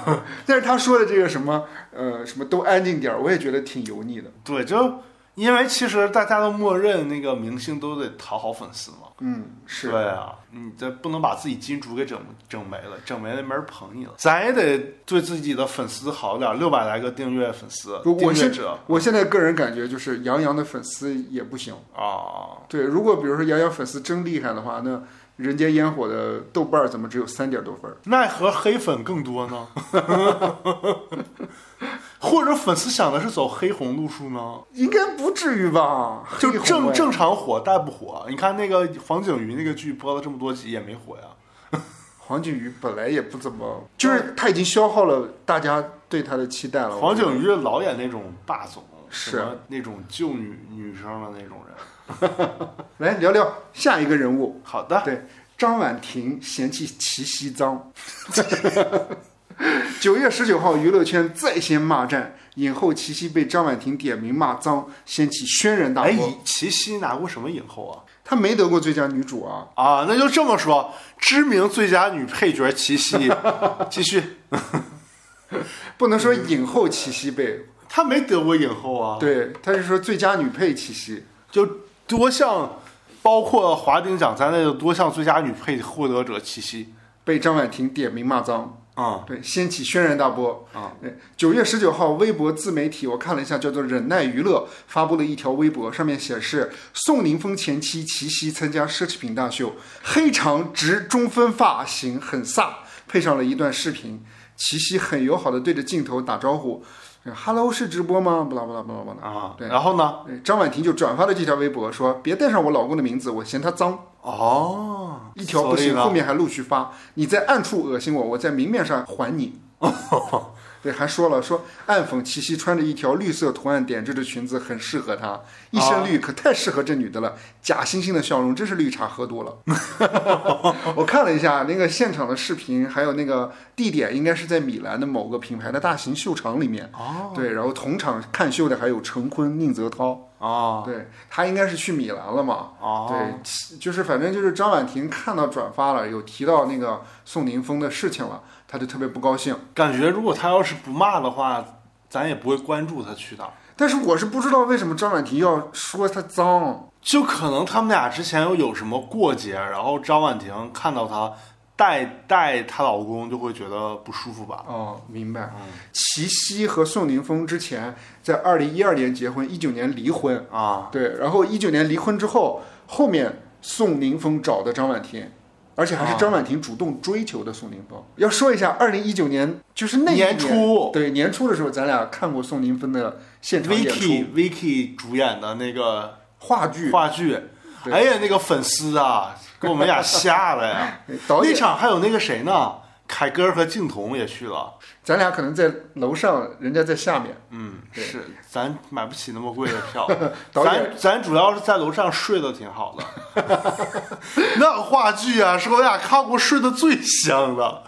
但是他说的这个什么，呃，什么都安静点儿，我也觉得挺油腻的。
对，就因为其实大家都默认那个明星都得讨好粉丝嘛。
嗯，是，
对啊，你这不能把自己金主给整整没了，整没了没人捧你了。咱也得对自己的粉丝好点，六百来个订阅粉丝
不，
订
我
阅
现
者
我现在个人感觉就是杨洋的粉丝也不行。
啊，
对，如果比如说杨洋粉丝真厉害的话，那《人间烟火》的豆瓣儿怎么只有三点多分儿？
奈何黑粉更多呢？ 或者粉丝想的是走黑红路数呢？
应该不至于吧？
就
黑红
正
哎
正常火但不火，你看那个黄景瑜那个剧播了这么多集也没火呀。
黄景瑜本来也不怎
嗯
么，就是他已经消耗了大家对他的期待了。
黄
我觉得
景瑜老演那种霸总，
是
什么那种救女女生的那种人。
来聊聊下一个人物，
好的，
对，张婉婷嫌弃齐溪脏。 九月十九号，娱乐圈再掀骂战，影后齐溪被张婉婷点名骂脏，掀起轩然大
哎，
波。
以齐溪拿过什么影后啊？
她没得过最佳女主啊，
啊，那就这么说，知名最佳女配角齐 溪，继续，
不能说影后齐溪被，
她没得过影后嗯啊，，
对，她是说最佳女配齐溪。
就多项，包括华鼎奖在内的多项最佳女配获得者齐溪，
被张婉婷点名骂脏，
啊、
对，掀起轩然大波
啊！
对，九月十九号，微博自媒体我看了一下，叫做“忍耐娱乐”，发布了一条微博，上面显示宋宁峰前妻齐溪参加奢侈品大秀，黑长直中分发型很飒，配上了一段视频，齐溪很友好的对着镜头打招呼，“Hello 是直播吗？”不啦不啦不啦不啦。
啊，
对
然后呢？
对张婉婷就转发了这条微博，说：“别带上我老公的名字，我嫌他脏。
哦，
一条不行，
所以呢
后面还陆续发。你在暗处恶心我，我在明面上还你。”对，还说了说暗讽齐溪穿着一条绿色图案点缀的裙子很适合她，一身绿可太适合这女的了。假惺惺的笑容真是绿茶喝多了。我看了一下那个现场的视频，还有那个地点应该是在米兰的某个品牌的大型秀场里面。
哦
对，然后同场看秀的还有陈坤、宁泽涛，
哦
对他应该是去米兰了嘛。
哦，
对，其就是反正就是张婉婷看到转发了，有提到那个宋宁峰的事情了，她就特别不高兴。
感觉如果他要是不骂的话，咱也不会关注他去哪儿。
但是我是不知道为什么张婉婷要说她脏，啊
就可能他们俩之前有有什么过节，然后张婉婷看到她带带她老公就会觉得不舒服吧？
哦，明白
嗯。
齐溪和宋宁峰之前在二零一二年结婚，一九年离婚。
啊，
对，然后一九年离婚之后，后面宋宁峰找的张婉婷，而且还是
啊
张婉婷主动追求的宋宁峰。要说一下，二零一九年就是那一
年初
对年初的时候，咱俩看过宋宁峰的现场演出
Vicky Vicky 主演的那个
话剧，
话剧，
对
哎呀，那个粉丝啊，给我们俩吓的呀！
导
那
演，
场还有那个谁呢？凯歌和静童也去了。
咱俩可能在楼上，人家在下面。
嗯，
对，
是，咱买不起那么贵的 票
导演
咱咱主要是在楼上睡得挺好的。 那话剧啊，是我俩看过睡得最香的。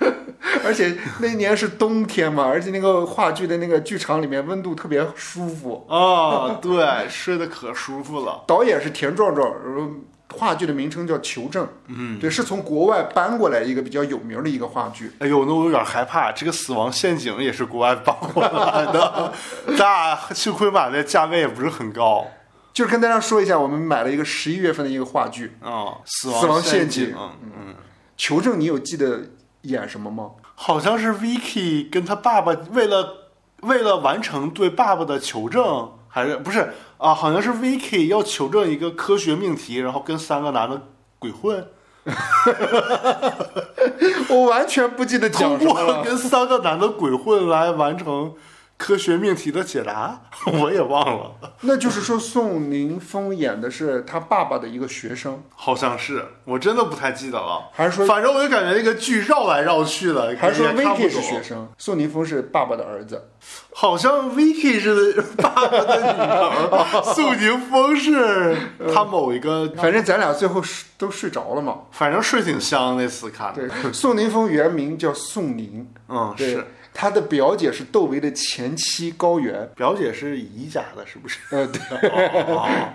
而且那年是冬天嘛，而且那个话剧的那个剧场里面温度特别舒服。
啊，对，睡得可舒服了。
导演是田壮壮，然后话剧的名称叫《求证》，嗯，对，是从国外搬过来一个比较有名的一个话剧。
哎呦，那我有点害怕。这个死亡陷阱也是国外搬过来的， 但幸亏买的价位也不是很高
就是跟大家说一下，我们买了一个十一月份的一个话剧《
啊、死
死亡陷
陷
阱
嗯，
求证》，你有记得演什么吗？
好像是 Vicky 跟他爸爸为了为了完成对爸爸的求证，还是不是啊？好像是 Vicky 要求证一个科学命题，然后跟三个男的鬼混，
我完全不记得
通
讲什么
过
了。
跟三个男的鬼混来完成科学命题的解答， 我也忘了，
那就是说，宋宁峰演的是他爸爸的一个学生，
好像是，我真的不太记得了。
还是说
反正我就感觉这个剧绕来绕去的，
还是说
也看不
Vicky 是
懂
学生，宋宁峰是爸爸的儿子？
好像 Vicky 是爸爸的 女儿，宋宁峰是
嗯
他某一个，
反正咱俩最后是都睡着了嘛。
反正睡挺香那次看 的。
对，宋宁峰原名叫宋宁，
嗯，
对
是，
他的表姐是窦唯的前妻高原。
表姐是宜家的，是不是？
呃，对，
哦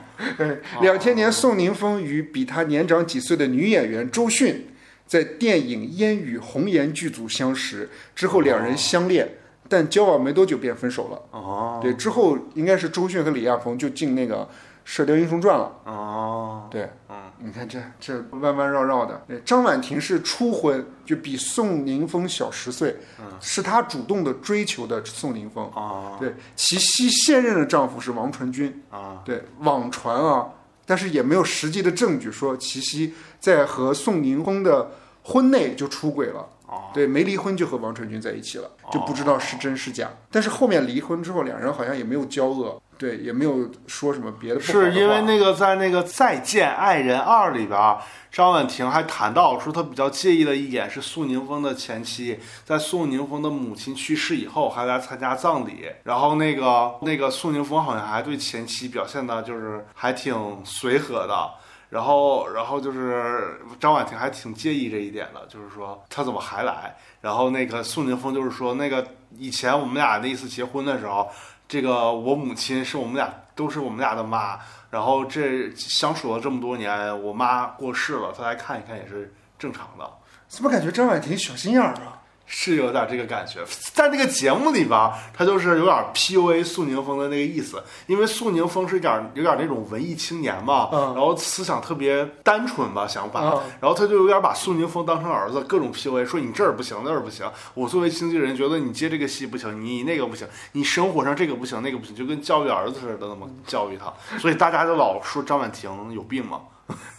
两千年，宋宁峰与比他年长几岁的女演员周迅在电影《烟雨红颜》剧组相识，之后两人相恋，但交往没多久便分手了。
哦
对，之后应该是周迅和李亚鹏就进那个《射雕英雄传》了。
哦，
对，
嗯，
你看这这弯弯绕绕的。对，张婉婷是初婚，就比宋宁峰小十岁，
嗯
是她主动的追求的宋宁峰。
哦
对，其妻现任的丈夫是王传君。
啊，
对，网传啊，但是也没有实际的证据说齐溪在和宋宁峰的婚内就出轨了。
哦
对，没离婚就和王传君在一起了，就不知道是真是假。但是后面离婚之后，两人好像也没有交恶，对，也没有说什么别的不好的
是因为
话
那个在那个《再见爱人二》里边儿，张婉婷还谈到说，她比较介意的一点是宋宁峰的前妻在宋宁峰的母亲去世以后还来参加葬礼，然后那个那个宋宁峰好像还对前妻表现的就是还挺随和的。然后，然后就是张婉婷还挺介意这一点的，就是说她怎么还来？然后那个宋宁峰就是说，那个以前我们俩那一次结婚的时候，这个我母亲是我们俩都是我们俩的妈，然后这相处了这么多年，我妈过世了，她来看一看也是正常的，
怎么感觉张婉婷小心眼儿啊？
是有点这个感觉。在那个节目里边，她就是有点 PUA 苏宁峰的那个意思，因为苏宁峰是有点有点那种文艺青年嘛，
嗯
然后思想特别单纯吧，想法，
啊，
然后他就有点把苏宁峰当成儿子，各种 PUA，说你这儿不行，那儿不行。我作为经纪人，觉得你接这个戏不行，你那个不行，你生活上这个不行，那个不行，就跟教育儿子似的那么教育他。所以大家就老说张婉婷有病 嘛。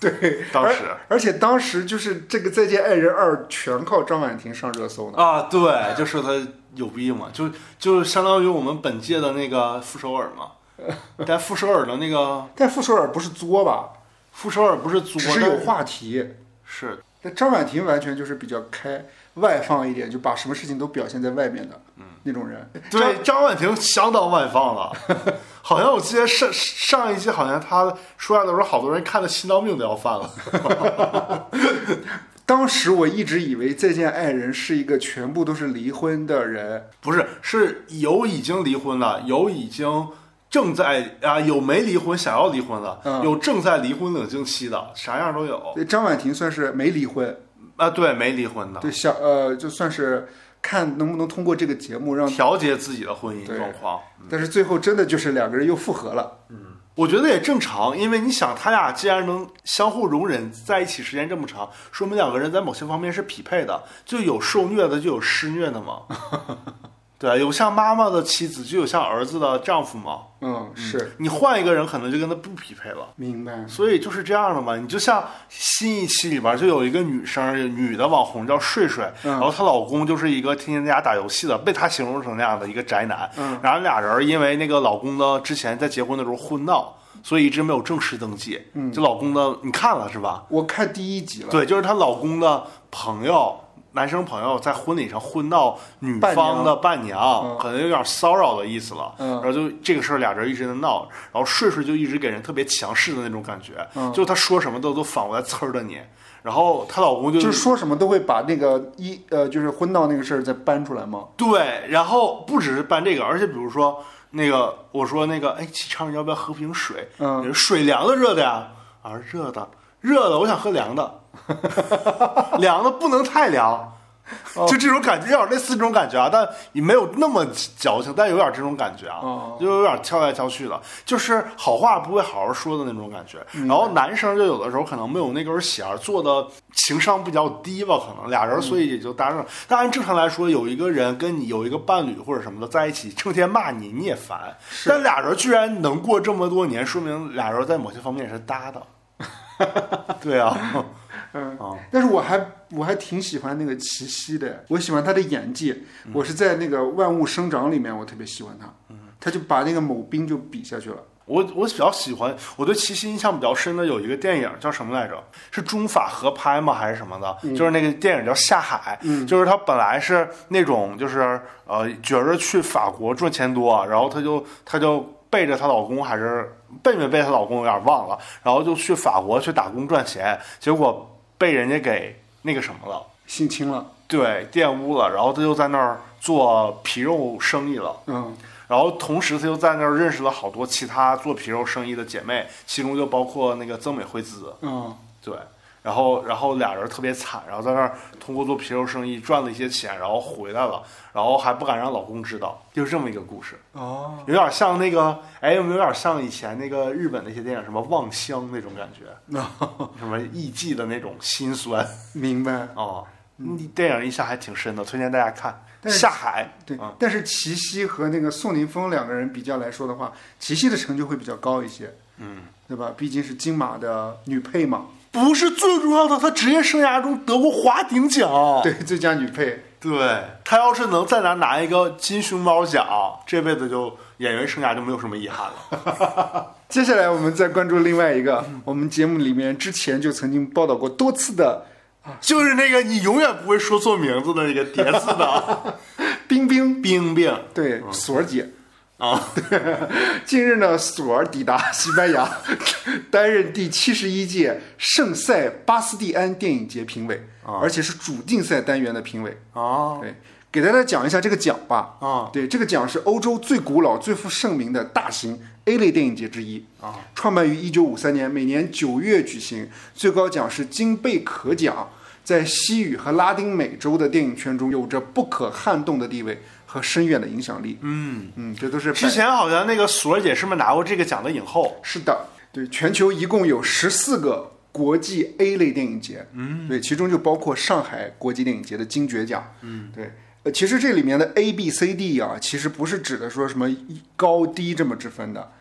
对，
当时
而且当时就是这个《再见爱人二》全靠张婉婷上热搜呢。
啊，对，就说他有病嘛，就就相当于我们本届的那个傅首尔 嘛。但傅首尔的那个
但傅首尔不是作吧，
傅首尔不是作
只是有话题。
是
那张婉婷完全就是比较开外放一点，就把什么事情都表现在外面的。嗯，那种人。
对，张婉婷相当外 放了，好像我记得上上一季好像她出来的时候，好多人看的心脏病都要犯了。
当时我一直以为《再见爱人》是一个全部都是离婚的人，
不是，是有已经离婚了，有已经正在啊，有没离婚想要离婚了，
嗯
有正在离婚冷静期的，啥样都有
对张婉婷算是没离婚，
啊。对，没离婚的，
对，想呃，就算是看能不能通过这个节目让，
调节自己的婚姻
对
状况。
但是最后真的就是两个人又复合了，
我觉得也正常，因为你想，他俩既然能相互容忍，在一起时间这么长，说明两个人在某些方面是匹配的，就有受虐的，就有施虐的嘛。对啊，有像妈妈的妻子，就有像儿子的丈夫嘛。
嗯，是
你换一个人，可能就跟他不匹配了。
明白，
所以就是这样的嘛，你就像新一期里边就有一个女生，女的网红叫睡睡，
嗯
然后她老公就是一个天天在家打游戏的，被她形容成那样的一个宅男。
嗯
然后俩人因为那个老公呢，之前在结婚的时候婚闹，所以一直没有正式登记。
嗯
这老公呢，你看了是吧？
我看第一集了，
对，就是她老公的朋友。男生朋友在婚礼上婚闹女
伴娘
方的伴娘，
嗯
可能有点骚扰的意思了。
嗯
然后就这个事儿，俩人一直在闹，然后睡睡就一直给人特别强势的那种感觉，
嗯
就她说什么都都反过来呲儿的你。然后她老公就
就是说什么都会把那个一呃，就是婚闹那个事儿再搬出来吗？
对，然后不只是办这个，而且比如说那个，我说那个，哎，启昌，你要不要喝瓶水？
嗯
你说水凉的热的呀？啊，热的，热的，我想喝凉的，凉的不能太凉，就这种感觉，有点类似这种感觉啊，但也没有那么矫情，但有点这种感觉啊，
哦
就有点挑来挑去的，就是好话不会好好说的那种感觉。然后男生就有的时候可能没有那根弦儿，做的情商比较低吧，可能俩人所以也就搭上。当然，正常来说，有一个人跟你有一个伴侣或者什么的在一起，成天骂你，你也烦。但俩人居然能过这么多年，说明俩人在某些方面也是搭的。 对啊，
嗯
哦，
但是我还我还挺喜欢那个齐溪的，我喜欢他的演技，我是在那个《万物生长》里面，我特别喜欢他，他就把那个某兵就比下去了，
我我比较喜欢，我对齐溪印象比较深的有一个电影叫什么来着？是中法合拍吗？还是什么的？就是那个电影叫《下海》，就是他本来是那种就是呃觉着去法国赚钱多，然后他就他就背着她老公还是背没背她老公有点忘了，然后就去法国去打工赚钱，结果被人家给那个什么了，
性侵了，
对，玷污了，然后他就在那儿做皮肉生意了。
嗯
然后同时他又在那儿认识了好多其他做皮肉生意的姐妹，其中就包括那个曾美惠子，
嗯，
对。然后，然后俩人特别惨，然后在那儿通过做皮肉生意赚了一些钱，然后回来了，然后还不敢让老公知道，就是这么一个故事，
哦。
有点像那个，哎，有没有点像以前那个日本那些电影，什么《望乡》那种感觉，什么艺妓的那种心酸
明白，
哦？你电影印象还挺深的，推荐大家看《
但是
下海》。
对。
嗯
但是齐溪和那个宋宁峰两个人比较来说的话，齐溪的成就会比较高一些，
嗯，
对吧？毕竟是金马的女配嘛，
不是最重要的，他职业生涯中得过华鼎奖。
对，最佳女配。
对，他要是能再拿拿一个金熊猫奖，这辈子就演员生涯就没有什么遗憾了。
接下来我们再关注另外一个，我们节目里面之前就曾经报道过多次的
就是那个你永远不会说错名字的那个叠字 的
冰冰，
冰冰
对，索尔姐。
啊，
近日呢，索尔抵达西班牙， 担任第七十一届圣塞巴斯蒂安电影节评委，而且是主竞赛单元的评委。
啊
对，给大家讲一下这个奖吧。
啊，
对，这个奖是欧洲最古老、最负盛名的大型 A 类电影节之一
啊，
创办于一九五三年，每年九月举行。最高奖是金贝壳奖，在西语和拉丁美洲的电影圈中有着不可撼动的地位和深远的影响力。
嗯，
嗯，这都是
之前好像那个索儿姐是不是拿过这个奖的影后？
是的，对，全球一共有十四个国际 A 类电影节，嗯，对，其中就包括上海国际电影节的金爵奖，嗯，对。呃，其实这里面的 A、B、C、D 啊，其实不是指的说什么高低这么之分的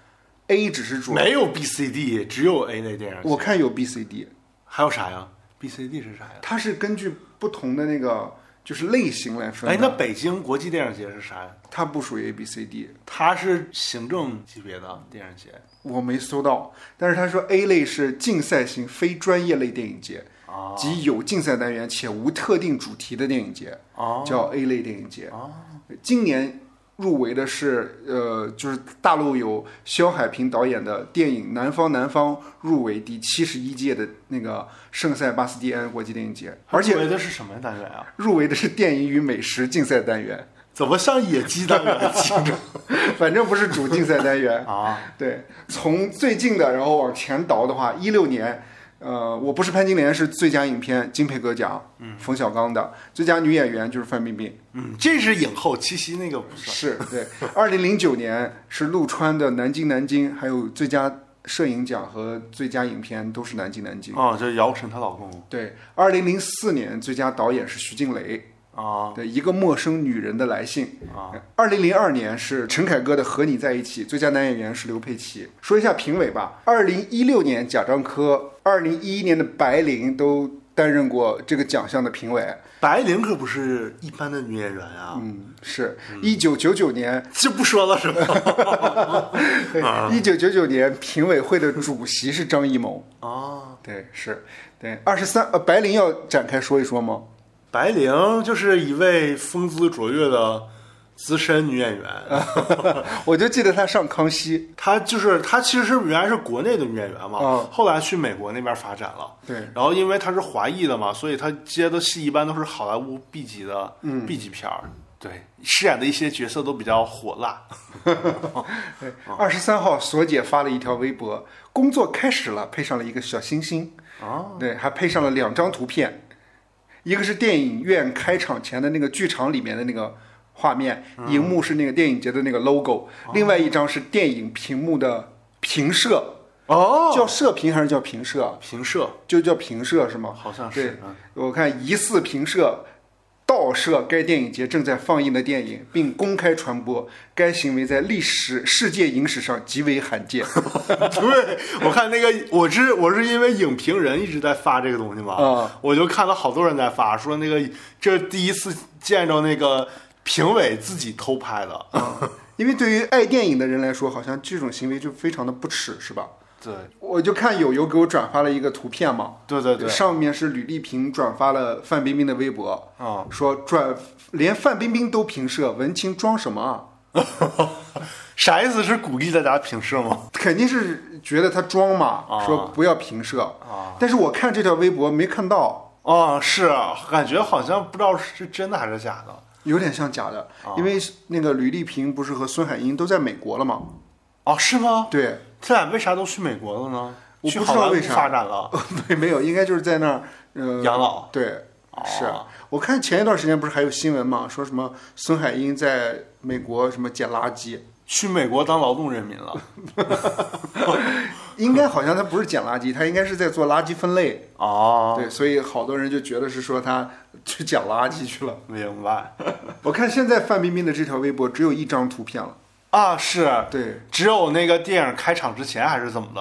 ，A 只是主要，
没有 B C D，只有 A 类电影节。
我看有 B、C、D，
还有啥呀？B C D 是啥呀？
它是根据不同的那个，就是类型来分
哎，
的，
那北京国际电影节是啥呀？
它不属于 A B C D，
它是行政级别的电影节
我没搜到。但是他说 A 类是竞赛型非专业类电影节，
啊
及有竞赛单元且无特定主题的电影节，
啊
叫 A 类电影节。
啊！
今年入围的是呃，就是大陆有肖海平导演的电影《南方南方》入围第七十一届的那个圣塞巴斯蒂安国际电影节，而
它
且
入围的是什么单元啊？
入围的是电影与美食竞赛单元，
怎么像野鸡单元 竞争
反正不是主竞赛单 元。
啊？
对，从最近的然后往前倒的话，一六年，呃，我不是潘金莲是最佳影片金培格奖，嗯，冯小刚的最佳女演员就是范冰冰，
嗯，这是影后，七夕那个不算。
是对。二零零九年是陆川的《南京南京》，还有最佳摄影奖和最佳影片都是《南京南京》。
哦，这姚晨她老公
对，二零零四年最佳导演是徐静蕾，
啊
对，《一个陌生女人的来信》。
啊，
二零零二年是陈凯歌的《和你在一起》，最佳男演员是刘佩琦。说一下评委吧，二零一六年贾樟柯，二零一一年的白灵都担任过这个奖项的评委。
白灵可不是一般的女演员啊，
嗯，是一九九九年，
就不说了是吧？
一九九九年评委会的主席是张艺谋。
啊，
对，是，对，二十三，呃，白灵要展开说一说吗？
白灵就是一位风姿卓越的资深女演员，
我就记得她上康熙，
她就是她其实是原来是国内的女演员嘛
嗯，
后来去美国那边发展了。
对，
然后因为她是华裔的嘛，所以她接的戏一般都是好莱坞 B 级的 B 级片儿，对，饰演的一些角色都比较火辣。啊
二十三号，索姐发了一条微博，工作开始了，配上了一个小星星。
啊，
对，还配上了两张图片，一个是电影院开场前的那个剧场里面的那个画面，
嗯
荧幕是那个电影节的那个 logo，、另
啊
外一张是电影屏幕的屏射，
哦，
叫射屏还是叫屏射啊？
平射
就叫屏射是吗？
好像
对
是，嗯
我看疑似屏射。盗摄该电影节正在放映的电影，并公开传播，该行为在历史世界影史上极为罕见。
对， 我看那个，我是我是因为影评人一直在发这个东西嘛，
嗯
我就看到好多人在发，说那个这是第一次见着那个评委自己偷拍的，
因为对于爱电影的人来说，好像这种行为就非常的不耻，是吧？
对
我就看友友给我转发了一个图片嘛，
对对对，
上面是吕丽萍转发了范冰冰的微博，
啊、
说转连范冰冰都评射，文青装什么啊？
啥意思是鼓励大家平视吗？
肯定是觉得她装嘛，
啊
说不要评射。
啊
但是我看这条微博没看到，
啊、是感觉好像不知道是真的还是假的。
有点像假的，
啊
因为那个吕丽萍不是和孙海英都在美国了嘛？
哦，是吗？
对，
他俩为啥都去美国了呢？
我
去
不知道
好莱坞
为啥
发展了，
没没有，应该就是在那儿，呃，
养老。
对，是
哦
我看前一段时间不是还有新闻嘛，说什么孙海英在美国什么捡垃圾。
去美国当劳动人民了
应该好像他不是捡垃圾，他 应该是在做垃圾分类。
哦，
对，所以好多人就觉得是说他去捡垃圾去了。
明白
我看现在范冰冰的这条微博只有一张图片了。
啊，是
对，
只有那个电影开场之前还是怎么的，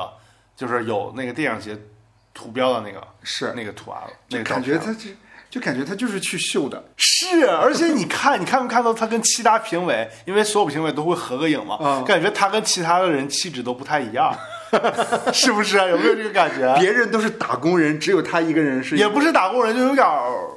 就是有那个电影节图标的那个
是，
那个图案了，那
就
个
感觉
照片
他这，就感觉他就是去秀的。
是，而且你看，你看没看到他跟其他评委，因为所有评委都会合个影嘛，
嗯
感觉他跟其他的人气质都不太一样， 是不是啊？有没有这个感觉？
别人都是打工人，只有他一个人是。
也不是打工人，就有点儿，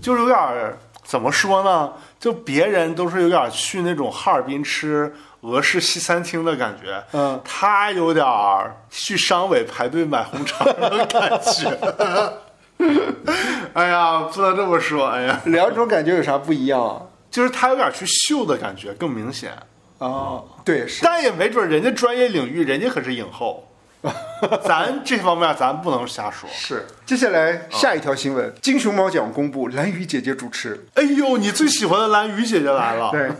就是有点儿怎么说呢？就别人都是有点儿去那种哈尔滨吃俄式西餐厅的感觉，
嗯，
他有点儿去商委排队买红肠的感觉。 哎呀，不能这么说，哎呀，
两种感觉有啥不一样啊？
就是他有点去秀的感觉更明显，
哦，对，是
但也没准人家专业领域，人家可是影后，咱这方面咱不能瞎说。
是。接下
哦
来下一条新闻，金熊猫奖公布，蓝雨姐姐主持。
哎呦，你最喜欢的蓝雨姐姐来了，
对，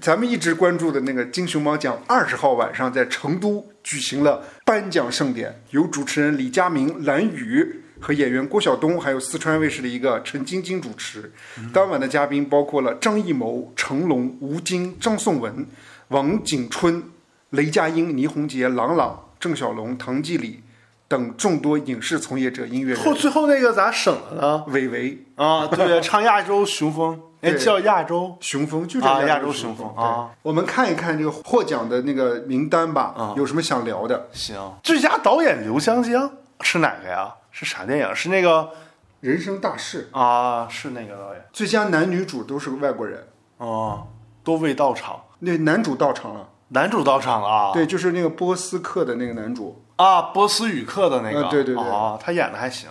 咱们一直关注的那个金熊猫奖二十号晚上在成都举行了颁奖盛典，由主持人李佳明、蓝宇和演员郭晓东，还有四川卫视的一个陈晶晶主持。当晚的嘉宾包括了张艺谋、成龙、吴京、张颂文、王景春、雷佳音、倪虹洁、郎朗、郑晓龙、唐季礼、等众多影视从业者、音乐
后
人
最后那个咋省了呢？
韦唯、
啊，对，唱亚洲雄 风，哎，
对
叫亚洲
雄风，就
啊
这
亚
亚
洲雄
雄
风
对
啊
我们看一看这个获奖的那个名单吧，
啊
有什么想聊的？
行。最佳导演刘湘江是哪个呀？是啥电影？是那个
人生大事，
啊，是那个导演
最佳男女主都是个外国人，
哦，多位到场，
那男主到场了，
男主到场了啊，
对，就是那个波斯克的那个男主，
啊，波斯语课的那个，
啊对对对
啊，他演的还行，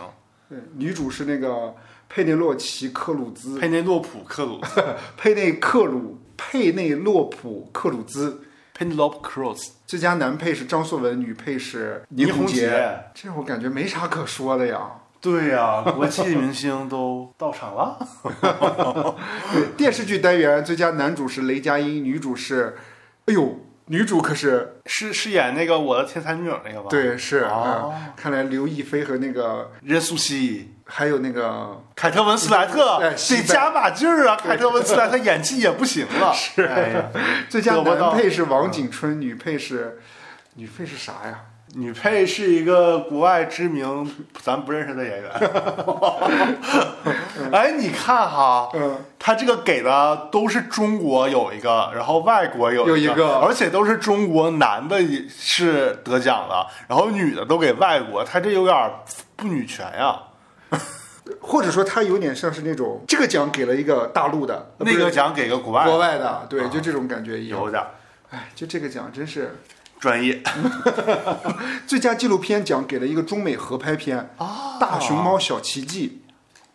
对，女主是那个佩内洛奇·克鲁兹，
佩内洛普克 鲁兹
佩内克鲁佩内洛普·克鲁兹。
，Penelope Cruz，
最佳男配是张硕文，女配是
倪
虹
虹洁
这我感觉没啥可说的呀。
对呀、 国际明星都 到场了，
对，电视剧单元最佳男主是雷佳音，女主是，哎呦，女主可是
是是演那个我的天才女友那个吧？，
对是
哦
啊、看来刘亦菲和那个
任素汐。
还有那个
凯特文斯莱特
哎
得加把劲儿啊！凯特文斯莱特演技也不行了， 是，哎呀，
最佳
得不到
男配是王景春，女配是女配是啥呀？
女配是一个国外知名咱不认识的演员。 哎，你看哈，
嗯，
他这个给的都是中国有一个，然后外国有
有一个
而且都是中国男的也是得奖了，然后女的都给外国，他这有点儿不女权啊呀。
或者说他有点像是那种这个奖给了一个大陆的，呃
那
不
个
是
奖给个国外，啊
国外的，对，就这种感觉一样
有。点儿
哎，就这个奖真是
专业
最佳纪录片奖给了一个中美合拍片
哦
《大熊猫小奇迹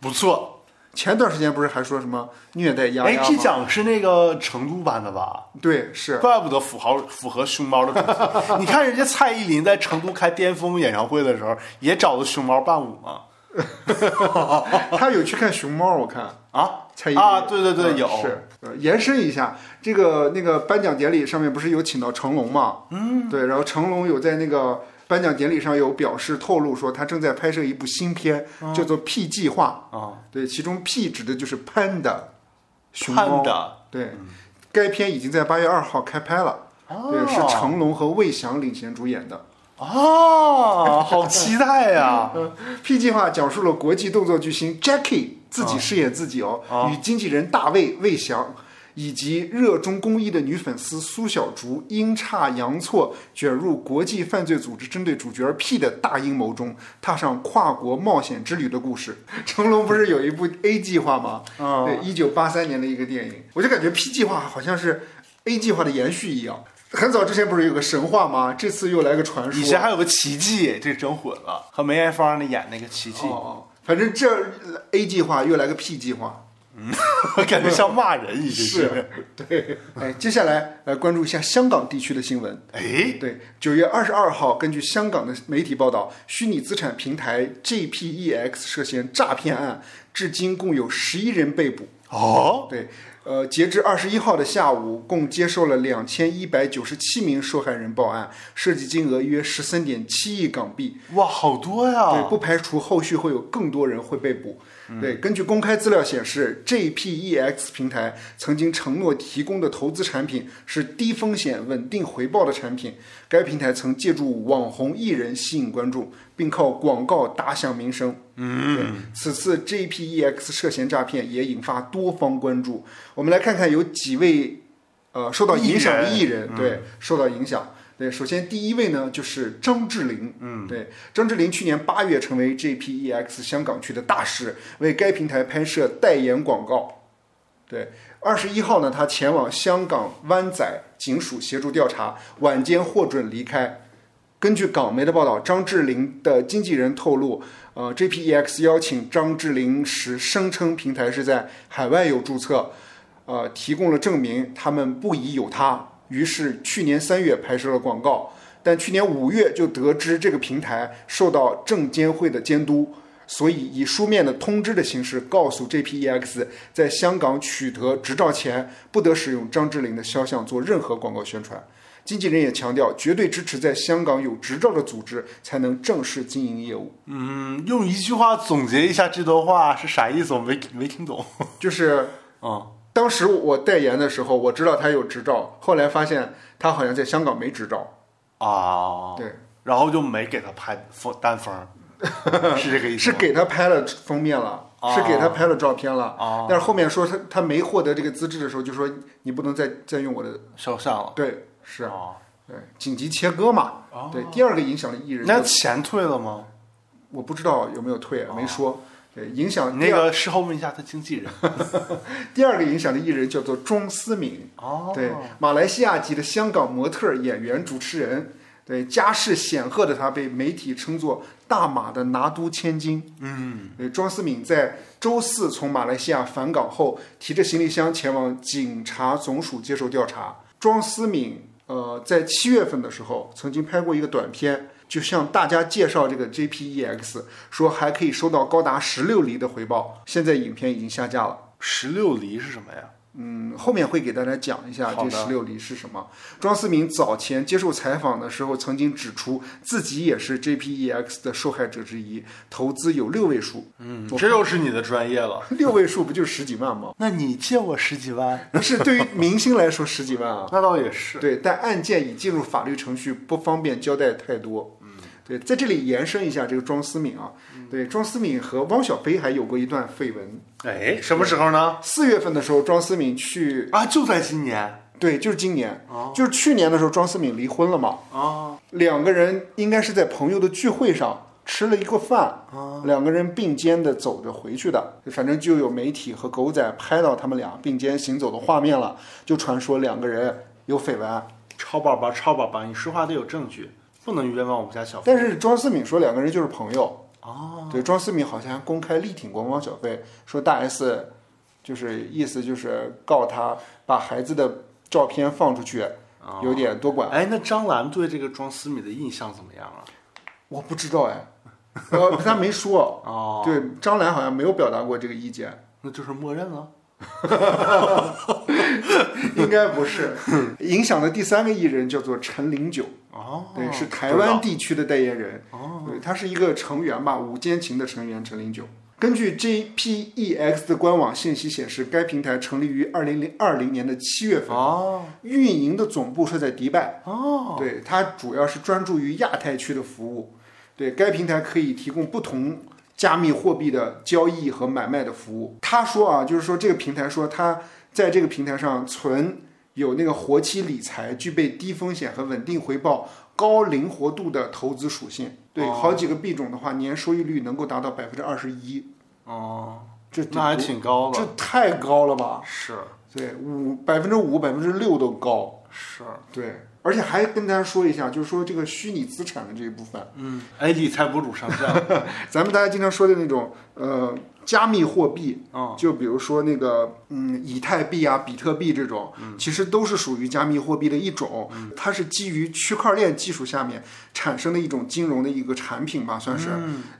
不错。》。
前段时间不是还说什么虐待丫
哎，
丫吗？
这奖是那个成都颁的吧？
对是
怪不得符合符合熊猫的主 题。你看人家蔡依林在成都开巅峰演唱会的时候，也找了熊猫伴舞嘛。
他有去看熊猫，我看
啊，
蔡依林
啊，对对对，
嗯
有
是呃延伸一下，这个那个颁奖典礼上面不是有请到成龙嘛？嗯，对，然后成龙有在那个颁奖典礼上有表示透露说，他正在拍摄一部新片，
嗯
叫做《P 计划》。
啊，
对，其中 P 指的就是 panda 熊猫。
看的
对，该片已经在八月二号开拍了。
哦
对，是成龙和魏翔领衔主演的。
啊，好期 待呀！
P 计划讲述了国际动作巨星 Jackie 自己饰演自己哦，与经纪人大卫魏翔。以及热衷公益的女粉丝苏小竹阴差阳错卷入国际犯罪组织针对主角 P 的大阴谋中，踏上跨国冒险之旅的故事。 成龙不是有一部 A 计划吗？
嗯
对，一九八三年的一个电影，我就感觉 P 计划好像是 A 计划的延续一样。很早之前不是有个神话吗？这次又来个传说。
以前还有个奇迹，这整混了，和梅艳芳那演那个奇迹，
哦，反正这呃 A 计划又来个 P 计划，
感觉像骂人一样。
是，啊对。哎，接下来来关注一下香港地区的新闻。
哎，
对，九月二十二号，根据香港的媒体报道，虚拟资产平台 JPEX 涉嫌诈骗案，至今共有十一人被捕。
哦，
对，呃，截至二十一号的下午，共接受了两千一百九十七名受害人报案，涉及金额约十三点七亿港币。
哇，好多呀
对，！不排除后续会有更多人会被捕。对，根据公开资料显示，JPEX 平台曾经承诺提供的投资产品是低风险、稳定回报的产品。该平台曾借助网红艺人吸引关注，并靠广告打响名声。嗯，此次 JPEX 涉嫌诈骗也引发多方关注。我们来看看有几位呃受到影响的
艺人
艺人，嗯对，受到影响。对，首先第一位呢就是张智霖，嗯，对，张智霖去年八月成为 JPEX 香港区的大师，为该平台拍摄代言广告。对，二十一号呢，他前往香港湾仔警署协助调查，晚间获准离开。根据港媒的报道，张智霖的经纪人透露，呃，JPEX 邀请张智霖时声称平台是在海外有注册，呃，提供了证明，他们不疑有他，于是去年三月拍摄了广告，但去年五月就得知这个平台受到证监会的监督，所以以书面的通知的形式告诉 JPEX，在香港取得执照前不得使用张智霖的肖像做任何广告宣传。经纪人也强调，绝对支持在香港有执照的组织才能正式经营业务。
嗯，用一句话总结一下这段话是啥意思，我没没听懂。
就是
嗯，
当时我代言的时候，我知道他有执照，后来发现他好像在香港没执照。
啊，
对，
然后就没给他拍封单封 儿，是这个意思
是
吗？
给他拍了封面了，
哦
是给他拍了照片了，
哦
但是后面说他他没获得这个资质的时候，就说你不能再再用我的，
肖像了，
对，是，
哦
对，紧急切割嘛，对，第二个影响了艺人，
那钱退了吗？
我不知道有没有退，没说，对，影响
哦那
第二
个事后问一下他经纪人。
第二个影响的艺人叫做钟思敏，
哦，
对，马来西亚籍的香港模特儿、演员、主持人，对家世显赫的他被媒体称作“大马的拿督千金”。嗯，对，庄思敏在周四从马来西亚返港后，提着行李箱前往警察总署接受调查。庄思敏，呃，在七月份的时候曾经拍过一个短片。就向大家介绍这个 JPEX，说还可以收到高达十六厘的回报。现在影片已经下架了。
十六厘是什么呀？
嗯，后面会给大家讲一下
好
这
的
十六厘是什么。庄思敏早前接受采访的时候，曾经指出自己也是 JPEX 的受害者之一，投资有六位数，
嗯，这又是你的专业了。
六位数不就是十几万 吗？
那你借我十几万？
不是对于明星来说十几万啊，
那倒也是。
对，但案件已进入法律程序，不方便交代太多。嗯，对，在这里延伸一下这个庄思敏啊，
嗯
对，庄思敏和汪小菲还有过一段绯闻。
哎，什么时候呢？
四月份的时候，庄思敏去，
啊，就在今年。
对，就是今年，就是去年的时候，庄思敏离婚了嘛。
哦，
两个人应该是在朋友的聚会上吃了一个饭，两个人并肩的走着回去的，反正就有媒体和狗仔拍到他们俩并肩行走的画面了，就传说两个人有绯闻。
超宝宝，超宝宝，你说话得有证据，不能冤枉我们家小飞。
但是庄思敏说两个人就是朋友，
哦，
对，庄思敏好像还公开力挺过汪小菲，说大 S 就是意思就是告他把孩子的照片放出去，有点多管
哎，那张兰对这个庄思敏的印象怎么样啊？
我不知道哎，呃，他没 说。
哦，
对，张兰好像没有表达过这个意见。
那就是默认了。
应该不是。影响的第三个艺人叫做陈零九，
哦，
对，是台
不知道
湾地区的代言人。哦，对，他是一个成员吧，五间情的成员陈零九。根据 JPEX E 的官网信息显示，该平台成立于二零零二零年的七月份，
哦
运营的总部设在迪拜。
哦，
对，它主要是专注于亚太区的服务。对，该平台可以提供不同加密货币的交易和买卖的服务。他说啊，就是说这个平台说他在这个平台上存有那个活期理财，具备低风险和稳定回报、高灵活度的投资属性。对，
哦
好几个币种的话，年收益率能够达到百分之二十一，
哦，
这
那还挺高
这
的。
太高了吧？
是
对，五百分之五、百分之六都高。
是，
对，而且还跟大家说一下，就是说这个虚拟资产的这一部分，
嗯，哎，理财博主上线了。
咱们大家经常说的那种呃加密货币，
嗯，
就比如说那个嗯以太币啊、比特币这种，其实都是属于加密货币的一种，它是基于区块链技术下面产生的一种金融的一个产品吧，算是。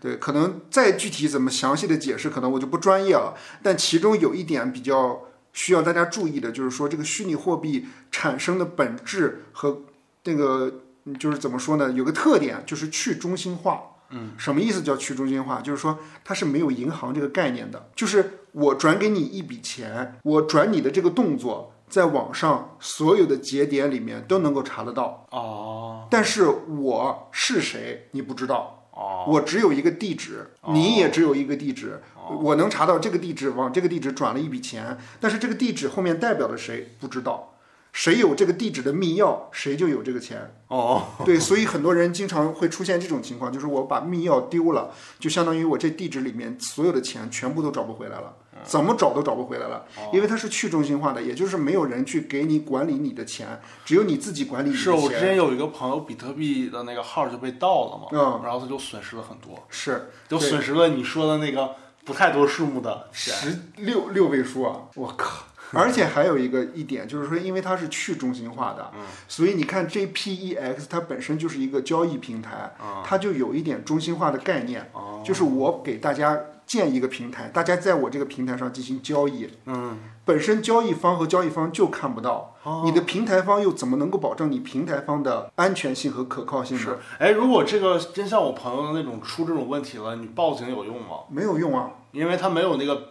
对，可能再具体怎么详细的解释，可能我就不专业了，但其中有一点比较。需要大家注意的就是说，这个虚拟货币产生的本质和那个嗯就是怎么说呢？有个特点就是去中心化。嗯，什么意思叫去中心化？就是说它是没有银行这个概念的，就是我转给你一笔钱，我转你的这个动作，在网上所有的节点里面都能够查得到，
哦
但是我是谁你不知道。
哦，
我只有一个地址，你也只有一个地址，我能查到这个地址，往这个地址转了一笔钱，但是这个地址后面代表了谁不知道，谁有这个地址的密钥，谁就有这个钱。
哦，
对，所以很多人经常会出现这种情况，就是我把密钥丢了，就相当于我这地址里面所有的钱全部都找不回来了，
嗯
怎么找都找不回来了，
哦
因为它是去中心化的，也就是没有人去给你管理你的钱，只有你自己管理你
是
的
我之
钱。
前有一个朋友，比特币的那个号就被盗了嘛，
嗯
然后他就损失了很多，
是，
就
对
损失了你说的那个不太多数目的钱。
十六六位数啊！我靠！而且还有一个一点，就是说，因为它是去中心化的，所以你看 JPEX 它本身就是一个交易平台，它就有一点中心化的概念，就是我给大家建一个平台，大家在我这个平台上进行交易，
嗯，
本身交易方和交易方就看不到，你的平台方又怎么能够保证你平台方的安全性和可靠性呢？
是，哎，如果这个真像我朋友的那种出这种问题了，你报警有用吗？
没有用啊！
因为他没有那个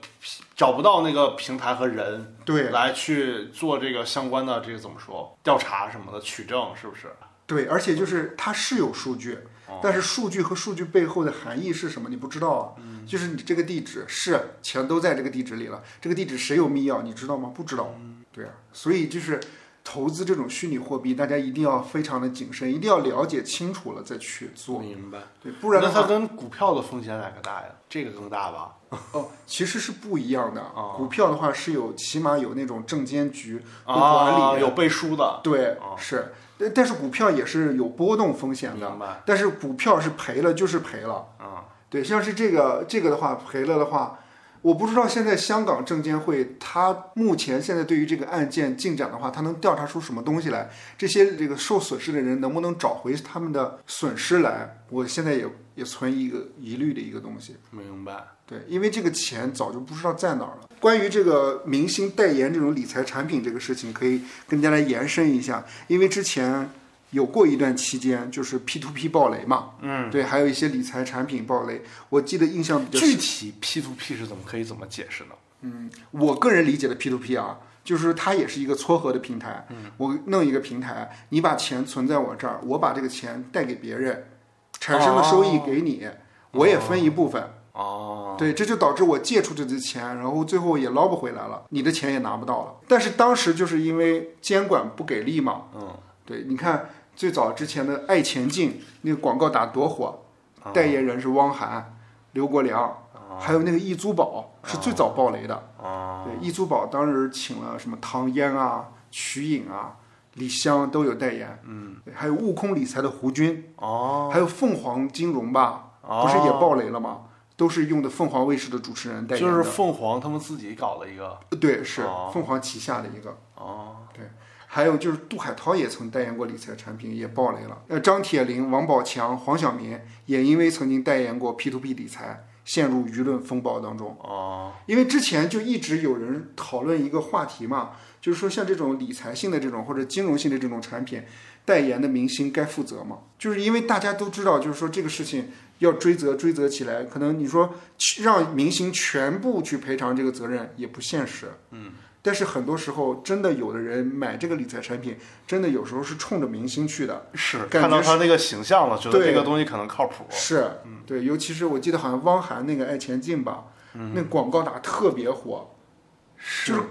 找不到那个平台和人
对，
来去做这个相关的这个怎么说调查什么的取证，是不是？
对，而且就是它是有数据，
哦
但是数据和数据背后的含义是什么你不知道啊。
嗯
就是你这个地址是钱都在这个地址里了，这个地址谁有密钥你知道吗？不知道。
嗯
对啊，所以就是投资这种虚拟货币，大家一定要非常的谨慎，一定要了解清楚了再去做。
明白。
对，不然
嗯那
的
它
话，
跟股票的风险哪个大呀？这个更大吧？
哦，其实是不一样的
哦。
股票的话是有起码有那种证监局会
啊，
管理，
有背书的，
对
哦，
是。但但是股票也是有波动风险的，
明白？
但是股票是赔了就是赔了。
嗯，
对，像是这个这个的话，赔了的话，我不知道现在香港证监会它目前现在对于这个案件进展的话，它能调查出什么东西来？这些这个受损失的人能不能找回他们的损失来？我现在也也存一个疑虑的一个东西。
明白。
对，因为这个钱早就不知道在哪儿了。关于这个明星代言这种理财产品这个事情，可以跟大家来延伸一下，因为之前有过一段期间，就是 P to P 暴雷嘛，嗯，对，还有一些理财产品暴雷。我记得印象比较
具
深，
体 P to P 是怎么可以怎么解释呢？
我个人理解的 P to P 啊，就是它也是一个撮合的平台，嗯，我弄一个平台，你把钱存在我这儿，我把这个钱带给别人，产生的收益给你，我也分一部分。
哦，
对，这就导致我借出这些钱，然后最后也捞不回来了，你的钱也拿不到了。但是当时就是因为监管不给力嘛，
嗯，
对，你看最早之前的爱钱进那个广告打多火，
啊
代言人是汪涵、刘国梁，还有那个易租宝
啊
是最早爆雷的。
哦，
对，易租宝当时请了什么唐嫣啊、瞿颖啊、李湘都有代言，嗯，还有悟空理财的胡军，
哦，
还有凤凰金融吧，不是也爆雷了吗？都是用的凤凰卫视的主持人代言
就是
的，
凤凰他们自己搞了一个，
对，是
哦
凤凰旗下的一个。
哦，
还有就是杜海涛也曾代言过理财产品，也爆雷了。呃，张铁林、王宝强、黄晓明也因为曾经代言过 P to P 理财，陷入舆论风暴当中。
哦，
因为之前就一直有人讨论一个话题嘛，就是说像这种理财性的这种或者金融性的这种产品，代言的明星该负责吗？就是因为大家都知道，就是说这个事情要追责追责起来，可能你说去让明星全部去赔偿这个责任也不现实。嗯。但是很多时候，真的有的人买这个理财产品，真的有时候是冲着明星去的。
是
感觉
看到他那个形象了，觉得
对
这个东西可能靠谱。
是，对，尤其是我记得好像汪涵那个《爱钱进》吧，那广告打特别火，就是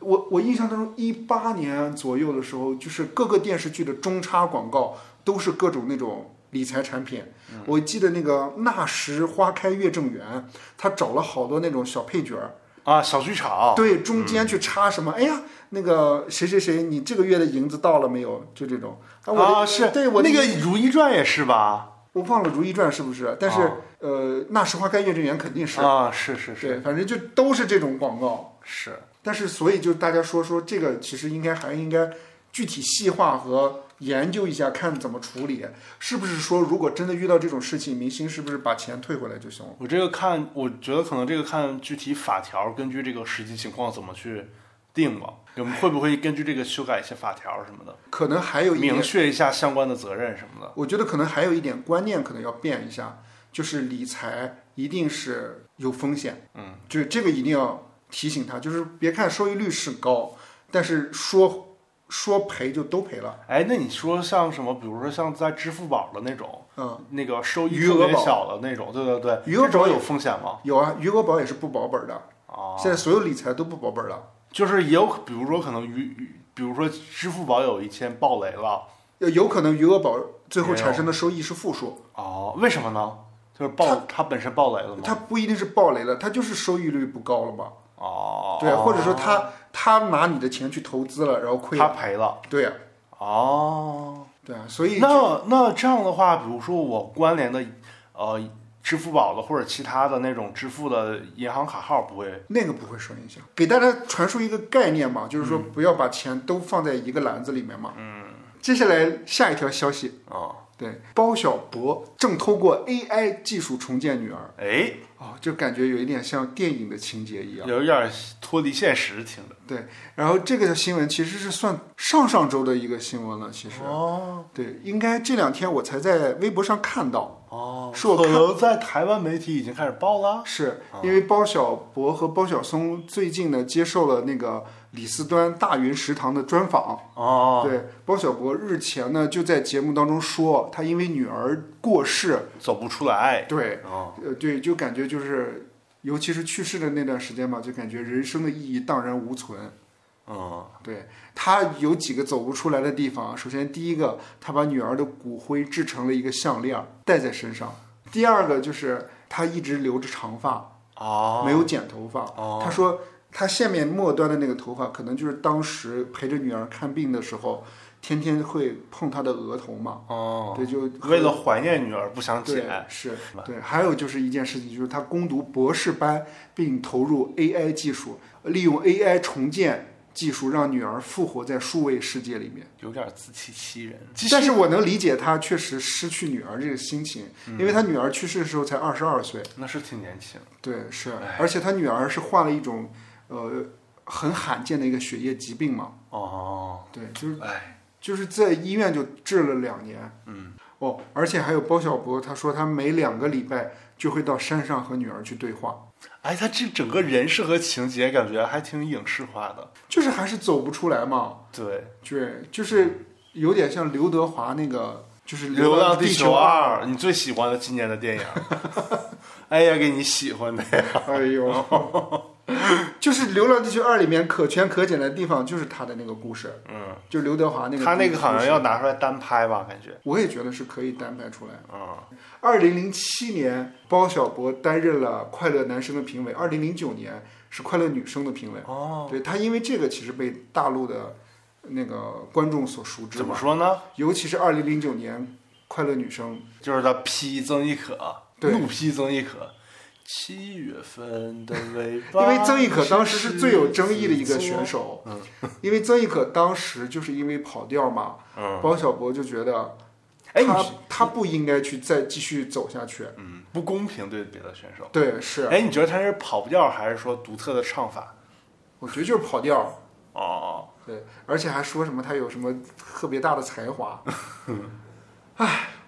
我我印象当中一八年左右的时候，就是各个电视剧的中插广告都是各种那种理财产品。我记得那个那时花开月正圆，他找了好多那种小配角儿，
啊，小剧场，
对，中
嗯
间去插什么？哎呀，那个谁谁谁，你这个月的银子到了没有？就这种啊，我的
啊，是
对我的
那个《如懿传》也是吧？
我忘了《如懿传》是不是？但是、
啊
呃，那时花开月正圆肯定是，
啊，是是是
对，反正就都是这种广告。
是，
但是所以就大家说说这个，其实应该还应该具体细化和研究一下，看怎么处理。是不是说如果真的遇到这种事情，明星是不是把钱退回来就行了？
我这个看，我觉得可能这个看具体法条，根据这个实际情况怎么去定吧。我们会不会根据这个修改一些法条什么的，
可能还有一
明
点，
确一下相关的责任什么的？
我觉得可能还有一点观念可能要变一下，就是理财一定是有风险，
嗯，
就是这个一定要提醒他，就是别看收益率是高，但是说说赔就都赔了，
哎，那你说像什么，比如说像在支付宝的那种，
嗯，
那个收益
余
特
额
别
宝
小的那种，对对对，
余额
这种
宝
有风险吗？
有啊，余额宝也是不保本的，
啊，
现在所有理财都不保本了。
就是也有，比如说可能余，余比如说支付宝有一天爆雷了，
呃，有可能余额宝最后产生的收益是负数，
哦，为什么呢？就是爆它本身爆雷了吗？
它不一定是暴雷了，它就是收益率不高了嘛。
哦，
对啊，或者说他他拿你的钱去投资了，然后亏
它
了。
赔了，
对啊，
哦。
对啊，所以
那那这样的话，比如说我关联的，呃，支付宝的或者其他的那种支付的银行卡号不会
那个不会受影响。给大家传输一个概念嘛，就是说不要把钱都放在一个篮子里面嘛。嗯。接下来下一条消息，
啊？
对，包小博正通过 AI 技术重建女儿，
哎，
哦，就感觉有一点像电影的情节一样。
有一点脱离现实，听着。
对，然后这个新闻其实是算上上周的一个新闻了，其实。
哦
对，应该这两天我才在微博上看到，
哦，
是我
可
看
能在台湾媒体已经开始报了。
是因为包小博和包小松最近呢接受了那个李四端大云食堂的专访。
哦，
对，包小柏日前呢就在节目当中说，他因为女儿过世，
走不出来。
对，
哦，
呃，对，就感觉就是，尤其是去世的那段时间吧，就感觉人生的意义荡然无存。
嗯，
对他有几个走不出来的地方，首先第一个，他把女儿的骨灰制成了一个项链儿戴在身上；第二个就是他一直留着长发，
哦，
没有剪头发。
哦
他说他下面末端的那个头发，可能就是当时陪着女儿看病的时候，天天会碰她的额头嘛。
哦，
对，就
为了怀念女儿不想
对
剪。
是
是吧
对，还有就是一件事情，就是他攻读博士班，并投入 AI 技术，利用 AI 重建技术让女儿复活在数位世界里面。
有点自欺欺人，
但是我能理解他确实失去女儿这个心情，
嗯
因为他女儿去世的时候才二十二岁，
那是挺年轻。
对，是，
哎
而且他女儿是患了一种呃很罕见的一个血液疾病嘛，
哦，
对，就是
哎，
就是在医院就治了两年，
嗯，
哦，而且还有包小柏，他说他每两个礼拜就会到山上和女儿去对话，
哎，他这整个人设和情节感觉还挺影视化的。
就是还是走不出来嘛，
对，
对，就是有点像刘德华那个，就是《
《流浪
地
地球
二
二》，你最喜欢的今年的电影？ 哎呀，给你喜欢的呀！》，
哎呦， 就是《流浪地球二》里面可圈可点的地方就是他的那个故事，
嗯，
就刘德华那个，
他那个好像要，拿出来单拍吧，感觉。
我也觉得是可以单拍出来。
嗯，
二零零七年，包小柏担任了《快乐男生》的评委，二零零九年是《快乐女生》的评委。
哦，
对他，因为这个其实被大陆的那个观众所熟知
怎么
嘛，
说呢？
尤其是二零零九年《快乐女生》，
就是他批曾轶可，
对
怒批曾轶可。七月份的 尾巴，
因为曾轶可当时是最有争议的一个选
手。
手，因为曾轶可当时就是因为跑调嘛，
嗯，
包小柏就觉得
哎，你
他他不应该去再继续走下去。
嗯不公平对别的选手。
对，是，啊
哎，你觉得他是跑不掉，还是说独特的唱法？
我觉得就是跑调。
哦哦，
对，而且还说什么他有什么特别大的才华，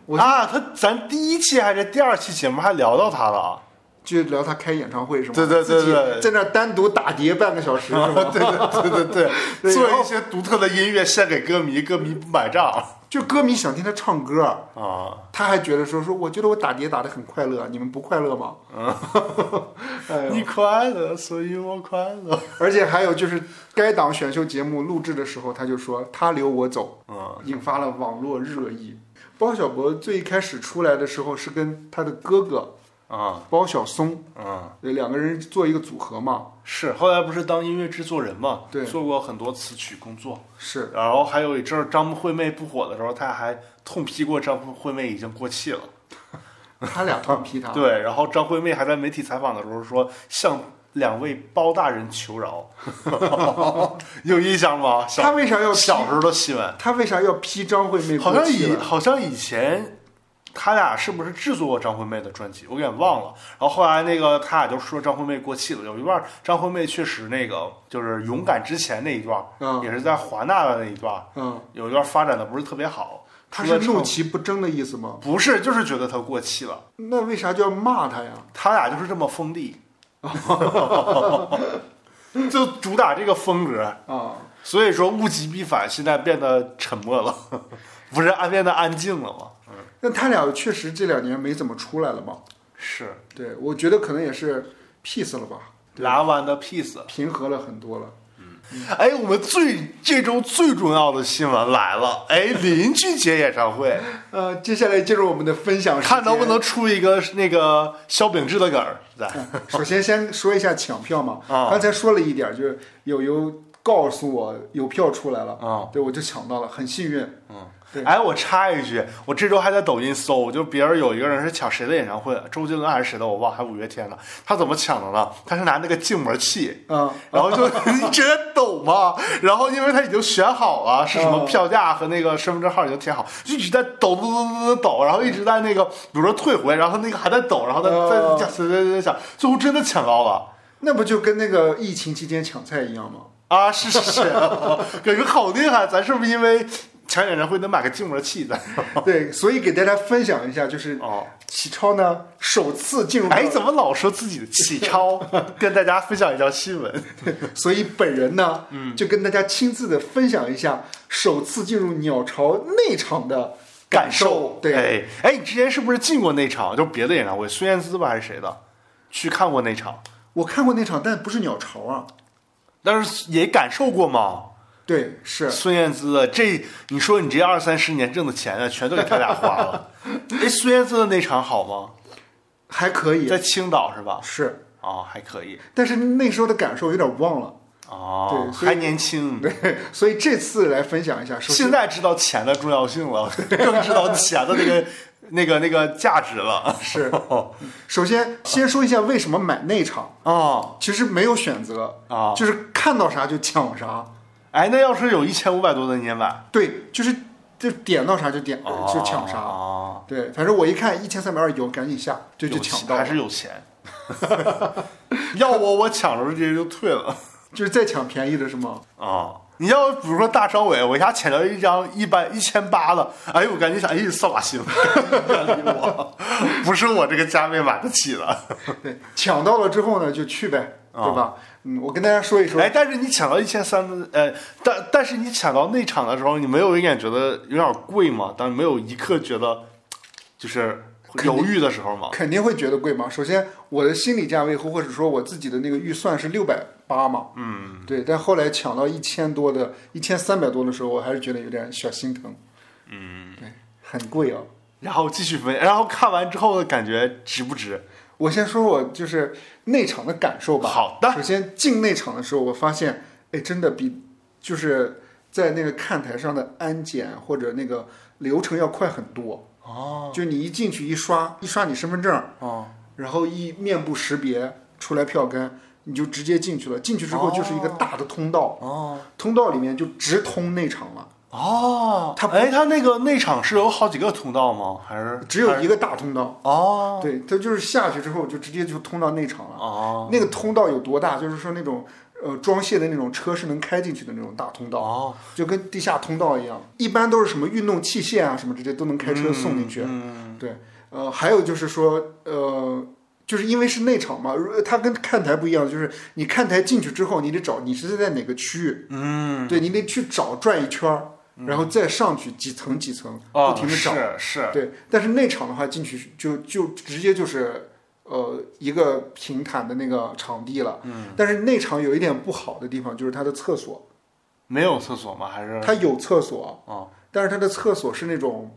我
啊，他咱第一期还是第二期节目还聊到他了啊。
就聊他开演唱会什么，
对对对
自
对
己在那儿单独打碟半个小时，是吧
对对 对，
对然
做
后
一些独特的音乐献给歌迷，歌迷不买账
就歌迷想听他唱歌，
啊。
他还觉得说说我觉得我打碟打得很快乐，你们不快乐吗？
嗯
哎呦
你快乐，所以我快乐。
而且还有就是该档选秀节目录制的时候，他就说他留我走，
嗯，
引发了网络热议。包小柏最一开始出来的时候是跟他的哥哥
啊
包小松
嗯，
两个人做一个组合嘛，
是。后来不是当音乐制作人嘛，
对
做过很多词曲工作。
是
然后还有一阵儿张惠妹不火的时候，他还痛批过张惠妹已经过气了。
他俩同批 他。
对，然后张惠妹还在媒体采访的时候说向两位包大人求饶， 有印象吗？
他
小
为啥要批
小时候的新闻，
他为啥要批张惠妹过
好像
气
以
了？
好像以前他俩是不是制作过张惠妹的专辑？我有点忘了。然后后来那个他俩就说张惠妹过气了，有一段张惠妹确实那个就是勇敢之前那一段，
嗯
也是在华纳的那一段，
嗯，
有一段发展的不是特别好。
他
除
是
了
怒
唱
其不争的意思吗？
不是，就是觉得她过气了。
那为啥就要骂他呀？
他俩就是这么封闭，就主打这个风格。
啊，
所以说物极必反，现在变得沉默了，不是安变得安静了吗？
那他俩确实这两年没怎么出来了嘛。
是
对，我觉得可能也是 peace 了吧，
拉完的 peace。
平和了很多了。
哎，我们最这周最重要的新闻来了，哎，邻居节演唱会，
呃，接下来进入我们的分享时间
看能不能。出一个那个萧秉治的梗儿来。
首先，先说一下抢票嘛。
啊
刚才说了一点，就是有有告诉我有票出来了
啊，
对我就抢到了，很幸运。对
哎，我插一句，我这周还在抖音搜，就别人有一个人是抢谁的演唱会，周杰伦还是谁的，我忘，还五月天呢。他怎么抢的呢？他是拿那个静默器，
啊，
然后就你直接抖嘛，然后因为他已经选好了是什么
嗯
票价和那个身份证号已经填好，就一直在抖抖抖抖抖抖，然后一直在那个比如说退回，然后那个还在抖，然后再
嗯
再再再再再抢，最后真的抢到了。
那不就跟那个疫情期间抢菜一样吗？
啊，是是是，感觉好厉害！咱是不是因为抢演唱会能买个静默器的。
对，所以给大家分享一下，就是
哦，
启超呢首次进入到，
哎，怎么老说自己的 启超？跟大家分享一条新闻。
所以本人呢，嗯，就跟大家亲自的分享一下首次进入鸟巢内场的
感
受。对，
哎，哎，你之前是不是进过那场？就别的演唱会，孙燕姿吧还是谁的，去看过那场，
我看过那场，但不是鸟巢啊。
但是也感受过嘛。
对，是
孙燕姿的这，你说你这二三十年挣的钱啊，全都给他俩花 了。哎，孙燕姿的那场好吗？
还可以，
在青岛是吧？
是，
啊、还可以
但是那时候的感受有点忘了。
哦，
对所以
还年轻。
对，所以这次来分享一下，首先
现在知道钱的重要 性了，更知道钱的那个、那个、那个价值了。
是
哦，
首先先说一下为什么买内场，
哦，
其实没有选择
啊
就是看到啥就抢啥，
哎，那要是有一千五百多的，你也买？
对，就是就点到啥就点，就抢啥。
哦
对，反正我一看一千三百二有，赶紧下，就就
有
抢
钱
到了
还是有钱。 要我，我抢着直接就退了。
就是再抢便宜的是吗？
啊、你要比如说大张伟，我一下抢到一张一百一千八的，哎呦，我赶紧想，哎，扫把星，我不是我这个价位买得起的。
对，抢到了之后呢，就去呗，对吧？嗯，我跟大家说一说，
哎，但是你抢到一千三的，呃，但但是你抢到那场的时候，你没有一点觉得有点贵吗？但没有一刻觉得就是犹豫的时候吗？
肯定会觉得贵嘛。首先，我的心理价位或或者说我自己的那个预算是六百八嘛，嗯，对。但后来抢到一千多的、一千三百多的时候，我还是觉得有点小心疼，嗯，对，很贵啊。
然后继续分，然后看完之后的感觉值不值？
我先说我就是内场的感受吧。
好的
首先进内场的时候，我发现，哎，真的比就是在那个看台上的安检或者那个流程要快很多。
哦
就你一进去一刷，一刷你身份证，
哦，
然后一面部识别出来票根，你就直接进去了。进去之后就是一个大的通道，
哦
通道里面就直通内场了，
哦，他哎，他那个内场是有好几个通道吗？还是
只有一个大通道。
哦
对，它就是下去之后就直接就通到内场了。
哦
那个通道有多大？就是说那种呃装卸的那种车是能开进去的那种大通道，
哦，
就跟地下通道一样。一般都是什么运动器械啊什么这些都能开车送进去。
嗯
对，呃，还有就是说呃。就是因为是内场嘛，如呃它跟看台不一样，就是你看台进去之后，你得找你是在哪个区域，
嗯，
对你得去找转一圈儿，然后再上去几层几层，
哦，
不停的找。
是是，
对，但是内场的话，进去就就直接就是呃一个平坦的那个场地了。嗯。但是内场有一点不好的地方就是它的厕所，
没有厕所吗？还是
它有厕所，
嗯哦
但是它的厕所是那种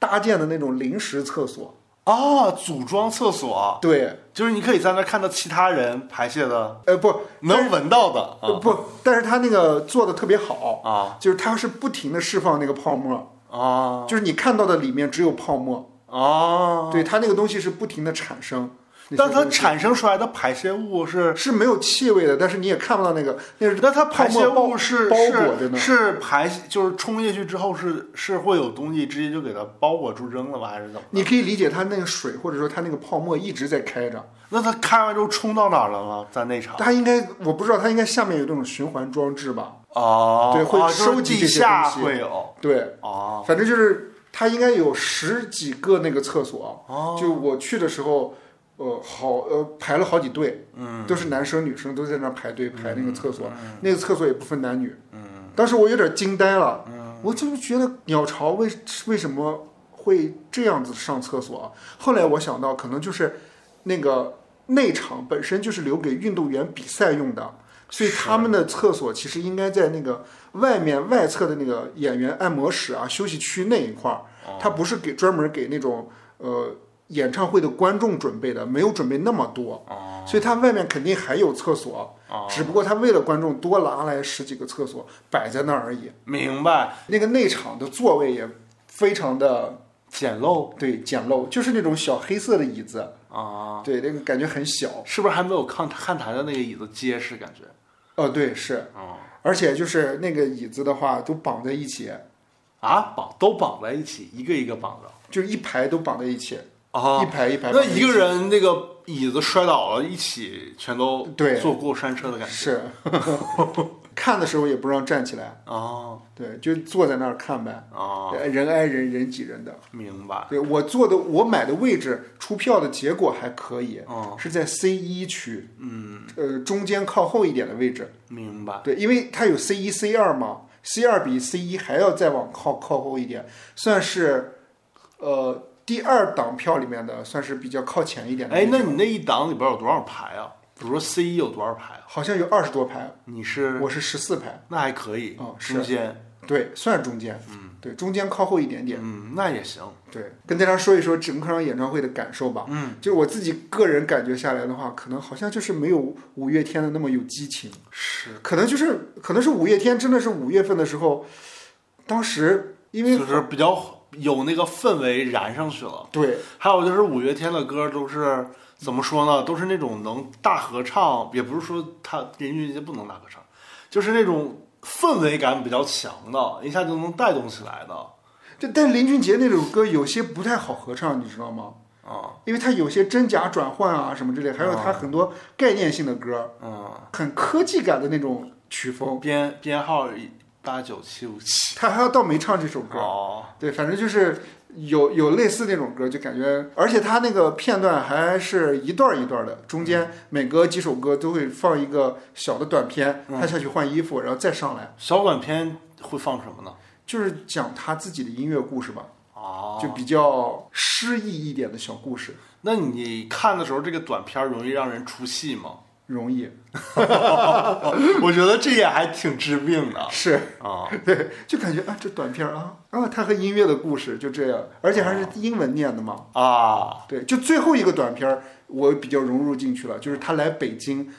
搭建的那种临时厕所。
哦，组装厕所，
对，
就是你可以在那儿看到其他人排泄的，
呃不、
能闻到的
呃不，但是它那个做的特别好，
啊
就是它是不停的释放那个泡沫，
啊啊
就是你看到的里面只有泡沫，
啊！
对，它那个东西是不停的产生。那
但
些
它
东西
产生出来的排泄物是，
是没有气味的，但是你也看不到那个，那是
那它
泡
排泄
沫
物是
包
是
包裹着呢
是排就是冲进去之后是是会有东西直接就给它包裹住扔了吗？还是怎么？
你可以理解它那个水或者说它那个泡沫一直在开着，
那它开完之后冲到哪儿了吗？在内场？
它应该我不知道它应该下面有那种循环装置吧？
哦，
对会
哦就是
收集
地
这些
下
东西
会有
对，
哦
反正就是它应该有十几个那个厕所，
哦
就我去的时候，呃，好呃排了好几队，嗯，都是男生女生都在那儿排队排那个厕所，那个厕所也不分男女，嗯，当时我有点惊呆了，嗯，我怎么觉得鸟巢为为什么会这样子上厕所啊？后来我想到，可能就是那个内场本身就是留给运动员比赛用的。所以他们的厕所其实应该在那个外面外侧的那个演员按摩室啊、休息区那一块儿，
哦
它不是给专门给那种呃演唱会的观众准备的，没有准备那么多，
哦
所以它外面肯定还有厕所，
哦，
只不过它为了观众多拿来十几个厕所摆在那儿而已。
明白，
那个内场的座位也非常的
简陋
对简陋，就是那种小黑色的椅子，
啊。
对，那个感觉很小。
是不是还没有看看台的那个椅子结实感觉？
哦，对，是，
哦
而且就是那个椅子的话都绑在一起，
啊，绑都绑在一起，一个一个绑着。
就是一排都绑在一起，
啊
一排一排绑
那
在起。
一个人那个椅子摔倒了，一起全都
对
坐过山车的感觉。
是， 看的时候也不让站起来，
哦
对，就坐在那儿看呗，
哦，
人挨人，人挤人的。
明白。
对我坐的，我买的位置出票的结果还可以，
哦，
是在 C 一区，
嗯，
呃，中间靠后一点的位置。
明白。
对，因为它有 C 一、C 二嘛，C 二比 C 一还要再往靠靠后一点，算是呃第二档票里面的，算是比较靠前一点的位
哎
置。，
那你那一档里边有多少排啊？比如说 C 一有多少排啊？
好像有二十多排，
你是
我是十四排，
那还可以
哦，是
嗯中间，
对，算是中间，嗯，对，中间靠后一点点。
嗯，那也行。
对，跟大家说一说整个场演唱会的感受吧。
嗯，
就是我自己个人感觉下来的话，可能好像就是没有五月天的那么有激情，
是，
可能就是可能是五月天真的是五月份的时候，当时因为
就是比较有那个氛围燃上去了。
对
还有就是五月天的歌都是怎么说呢？都是那种能大合唱，也不是说他林俊杰不能大合唱，就是那种氛围感比较强的，一下就能带动起来的
对，但林俊杰那首歌有些不太好合唱，你知道吗？
啊，
因为它有些真假转换啊什么之类，还有
哦
它很多概念性的歌，
嗯，
很科技感的那种曲风，
编编号八九七五七，
他还要倒没唱这首歌。
哦，
对，反正就是有有类似那种歌，就感觉，而且它那个片段还是一段儿一段儿的，中
嗯
间每隔几首歌都会放一个小的短片，
嗯
他下去换衣服，然后再上来，
小短片会放什么呢？
就是讲他自己的音乐故事吧，
哦，
就比较诗意一点的小故事，
那你看的时候，这个短片容易让人出戏吗？
容易
我觉得这也还挺致命的
是
啊。
对，就感觉啊这短片儿啊啊，他和音乐的故事就这样，而且还
哦
是英文念的嘛，
啊，
对，就最后一个短片儿，我比较融入进去了，就是他来北京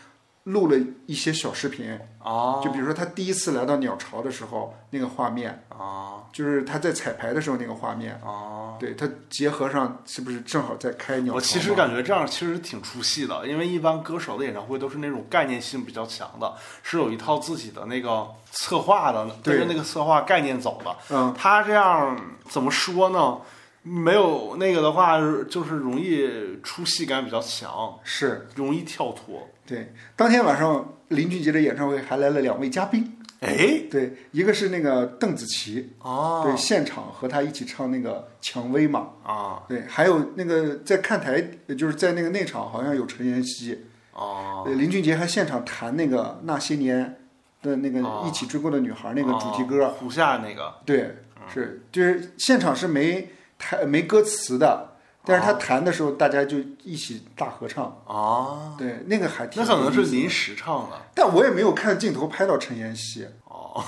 录了一些小视频，
啊，
就比如说他第一次来到鸟巢的时候那个画面，
啊
就是他在彩排的时候那个画面，
啊！
对他结合上是不是正好在开鸟巢嘛？
我其实感觉这样其实挺出戏的，因为一般歌手的演唱会都是那种概念性比较强的，是有一套自己的那个策划的，
对
跟着那个策划概念走的。
嗯，
他这样怎么说呢？没有那个的话，就是容易出戏感比较强，
是
容易跳脱。
对。当天晚上林俊杰的演唱会还来了两位嘉宾，
哎，
对，一个是那个邓紫棋，
哦，
对，现场和他一起唱那个《蔷薇》嘛，
啊
对，还有那个在看台，就是在那个内场好像有陈妍希，
啊
对林俊杰还现场弹那个那些年的那个
哦
一起追过的女孩那个主题歌，
啊胡夏那个
对，
嗯
是就是现场是没弹没歌词的，但
哦
是他弹的时候大家就一起大合唱，
啊，
对，那个还挺
那可能是
有意思的
临，时唱的
但我也没有看镜头拍到陈妍希，
哦，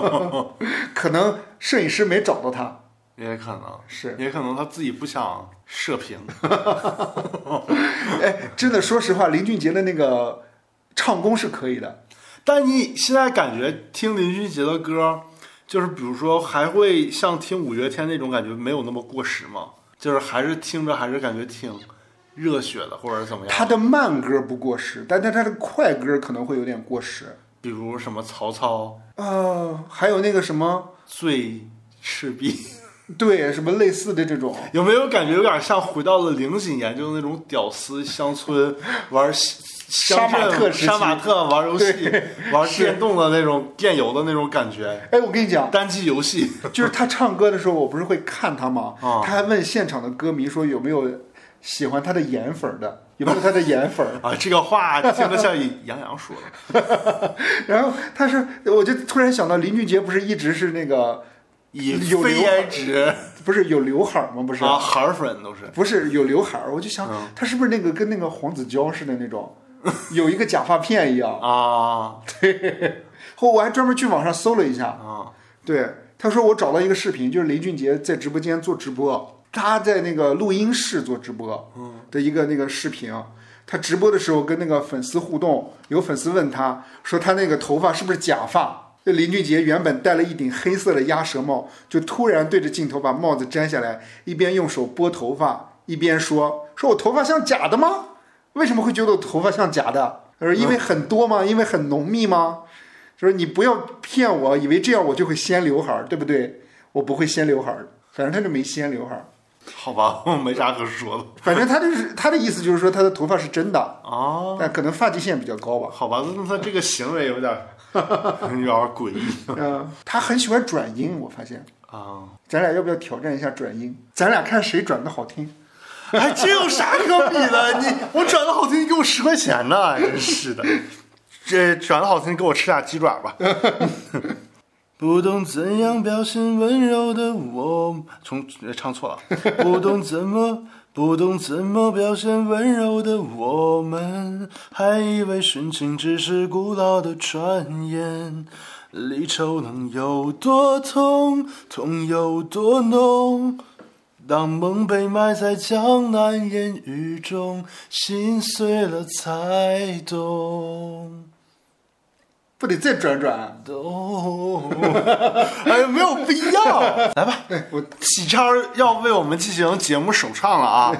可能摄影师没找到她，
也可能
是，
也可能他自己不想射频
哎，真的说实话，林俊杰的那个唱功是可以的，
但你现在感觉听林俊杰的歌，就是比如说还会像听五月天那种感觉没有那么过时吗？就是还是听着还是感觉挺热血的，或者怎么
他
样？
的慢歌不过时，但但他的快歌可能会有点过时，
比如什么曹操
呃，还有那个什么。
最赤壁，
对，什么类似的这种，
有没有感觉有点像回到了零几年，就是那种屌丝 乡村玩乡
杀马
镇
特时期
杀马特玩游戏 玩电动的那种电游的那种感觉，
哎，我跟你讲，
单机 游戏
就是他唱歌的时候，我不是会看他吗？
啊。
他还问现场的歌迷说有没有喜欢他的颜粉儿的，有没有他的颜粉儿
啊，这个话听着像杨洋说的。
然后他是，我就突然想到林俊杰不是一直是那个，
以
有
非
刘海
颜值
不是有刘海儿吗？不是，
啊，孩儿粉都是
不是有刘海儿，我就想、
嗯
他是不是那个跟那个黄子佼似的那种，有一个假发片一样。
啊
后我还专门去网上搜了一下，
啊
对，他说我找到一个视频，就是林俊杰在直播间做直播，他在那个录音室做直播的一个那个视频。他直播的时候跟那个粉丝互动，有粉丝问他说他那个头发是不是假发？这林俊杰原本戴了一顶黑色的鸭舌帽，就突然对着镜头把帽子摘下来，一边用手拨头发，一边说：“说我头发像假的吗？为什么会觉得我头发像假的？他说因为很多吗？因为很浓密吗？就是你不要骗我，以为这样我就会掀刘海儿，对不对？我不会掀刘海儿，反正他就没掀刘海儿。
好吧，我没啥可说的
反正他就是他的意思就是说他的头发是真的，
啊。
但可能发际线比较高吧。
好吧，那他这个行为有点 儿有点儿诡异
嗯、他很喜欢转音，我发现。
啊。
咱俩要不要挑战一下转音？咱俩看谁转的好听。
哎，这有啥可比的？你我转的好听，你给我十块钱呢，真是的。这转的好听，给我吃俩鸡爪吧。不懂怎样表现温柔的我，从呃唱错了。不懂怎么，不懂怎么表现温柔的我们，还以为殉情只是古老的传言。离愁能有多痛，痛有多浓？当梦被埋在江南烟雨中，心碎了才懂。
不得再转转啊！
懂，哎呀，没有必要。来吧，
我
喜超要为我们进行节目首唱了啊。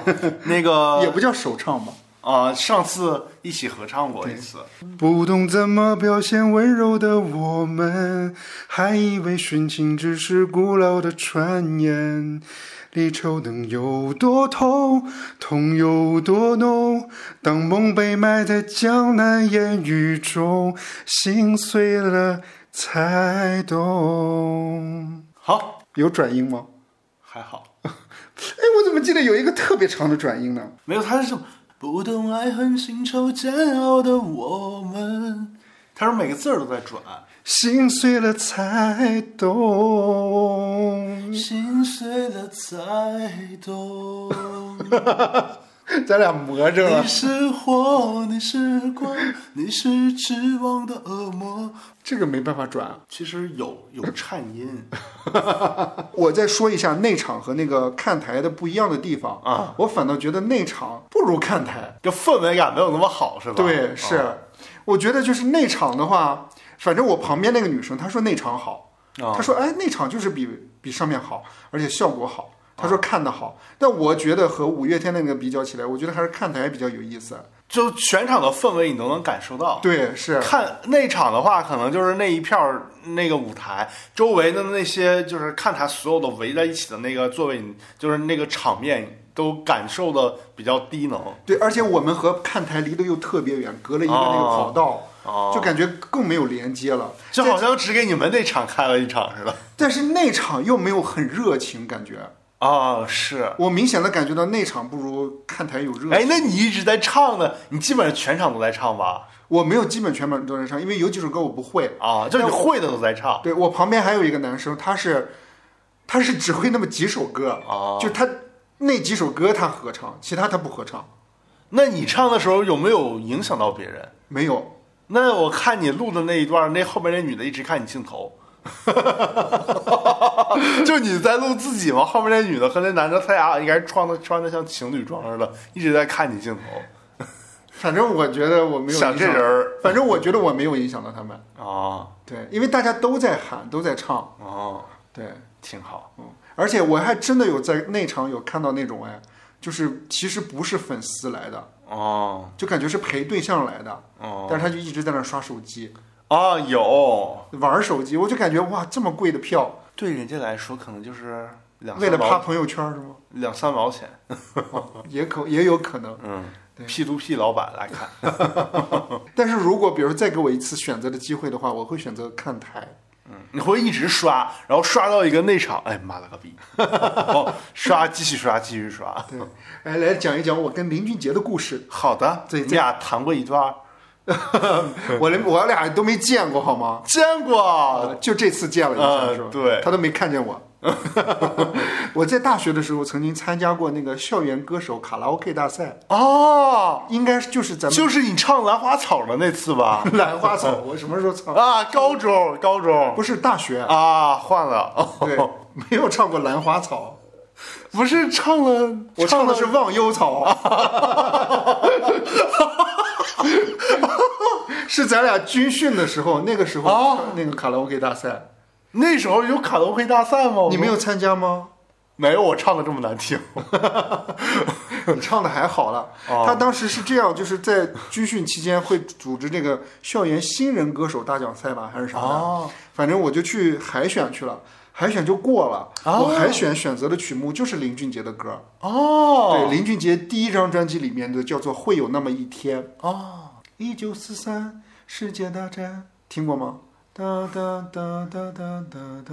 那个
也不叫首唱吧。
啊、上次一起合唱过一次。
不懂怎么表现温柔的我们，还以为殉情只是古老的传言。离愁能有多痛，痛有多浓？当梦被埋在江南烟雨中，心碎了才懂。
好，
有转音吗？
还好，
哎，我怎么记得有一个特别长的转音呢？
没有，他是什么？不懂爱恨情仇煎熬的我们。他说每个字儿都在转，
心碎了才懂。
心碎了才懂。
咱俩魔怔了
你。是火，你是光，你是指望的恶魔。
这个没办法转啊。
其实有有颤音，
我再说一下内场和那个看台的不一样的地方
啊。
我反倒觉得内场不如看台。
就氛围感没有那么好，是吧？
对，
啊
是，我觉得就是内场的话，反正我旁边那个女生她说内场好，
啊
她说哎内场就是比比上面好，而且效果好。她说看的好，但我觉得和五月天那个比较起来，我觉得还是看台比较有意
啊
思。
就全场的氛围你都能感受到。
对，是
看内场的话，可能就是那一片儿那个舞台周围的那些，就是看台所有的围在一起的那个座位，就是那个场面都感受的比较低能
对，而且我们和看台离得又特别远，隔了一个那个
哦
跑道，
啊，
就感觉更没有连接了。
就好像只给你们那场开了一场 似的
但是内场又没有很热情，感觉
啊，是。
我明显的感觉到内场不如看台有热情。
哎，那你一直在唱呢？你基本上全场都在唱吧？
我没有基本全版都在唱，因为有几首歌我不会。
啊，就是你会的都在唱
对我旁边还有一个男生，他是他是只会那么几首歌，
啊。
就他那几首歌他合唱，其他他不合唱。
那你唱的时候有没有影响到别人？
没有，
那我看你录的那一段，那后面那女的一直看你镜头， 就你在录自己吗？后面那女的和那男的，他俩应该穿的穿的像情侣装似的，一直在看你镜头
反正我觉得我没有
想
影响
这人儿
反正我觉得我没有影响到他们。
啊
对，因为大家都在喊，都在唱。
哦，
对，
挺好
嗯，而且我还真的有在那场有看到那种哎，就是其实不是粉丝来的，
哦
就感觉是陪对象来的，但
哦
是他就一直在那儿刷手机，
啊有，
玩儿手机，我就感觉哇，这么贵的票，
对人家来说可能就是两
为了
三
发
毛
朋友圈是吗？
两三毛钱，
也可也有可能。
嗯
对
，P to P 老板来看。
但是如果比如再给我一次选择的机会的话，我会选择看台。
嗯你会一直刷，然后刷到一个内场，哎妈了个逼， 哦，刷继续刷继续刷。
对，哎，来讲一讲我跟林俊杰的故 事。
好的，
对
你俩谈过一段，
我连我俩都没见过好吗？
见过
啊，就这次见了一下
呃
是吧？
对
他都没看见 我。 我在大学的时候曾经参加过那个校园歌手卡拉 OK 大赛，
哦，
应该就是咱们
就是你唱《兰花草》的那次 吧？
兰花草，我什么时候唱？
啊，高中高中
不是大学，
啊，换了，
对
哦，
没有唱过兰花草，
不是唱了，
我唱的是
了
忘忧 草。是咱俩军训的时候，那个时候、
啊
那个卡拉 OK 大赛，
那时候有卡拉 OK 大赛吗？
你没有参加 吗？
没有，我唱的这么难听。
你唱的还好了。
哦
他当时是这样，就是在军训期间会组织这个校园新人歌手大奖赛吧，还是啥的。
哦
反正我就去海选去了。海选就过了。
哦
我海选选择的曲目就是林俊杰的歌，
哦
对，林俊杰第一张专辑里面的叫做《会有那么一天》。
哦，
一九四三世界大战，听过吗？哒哒哒哒哒哒哒，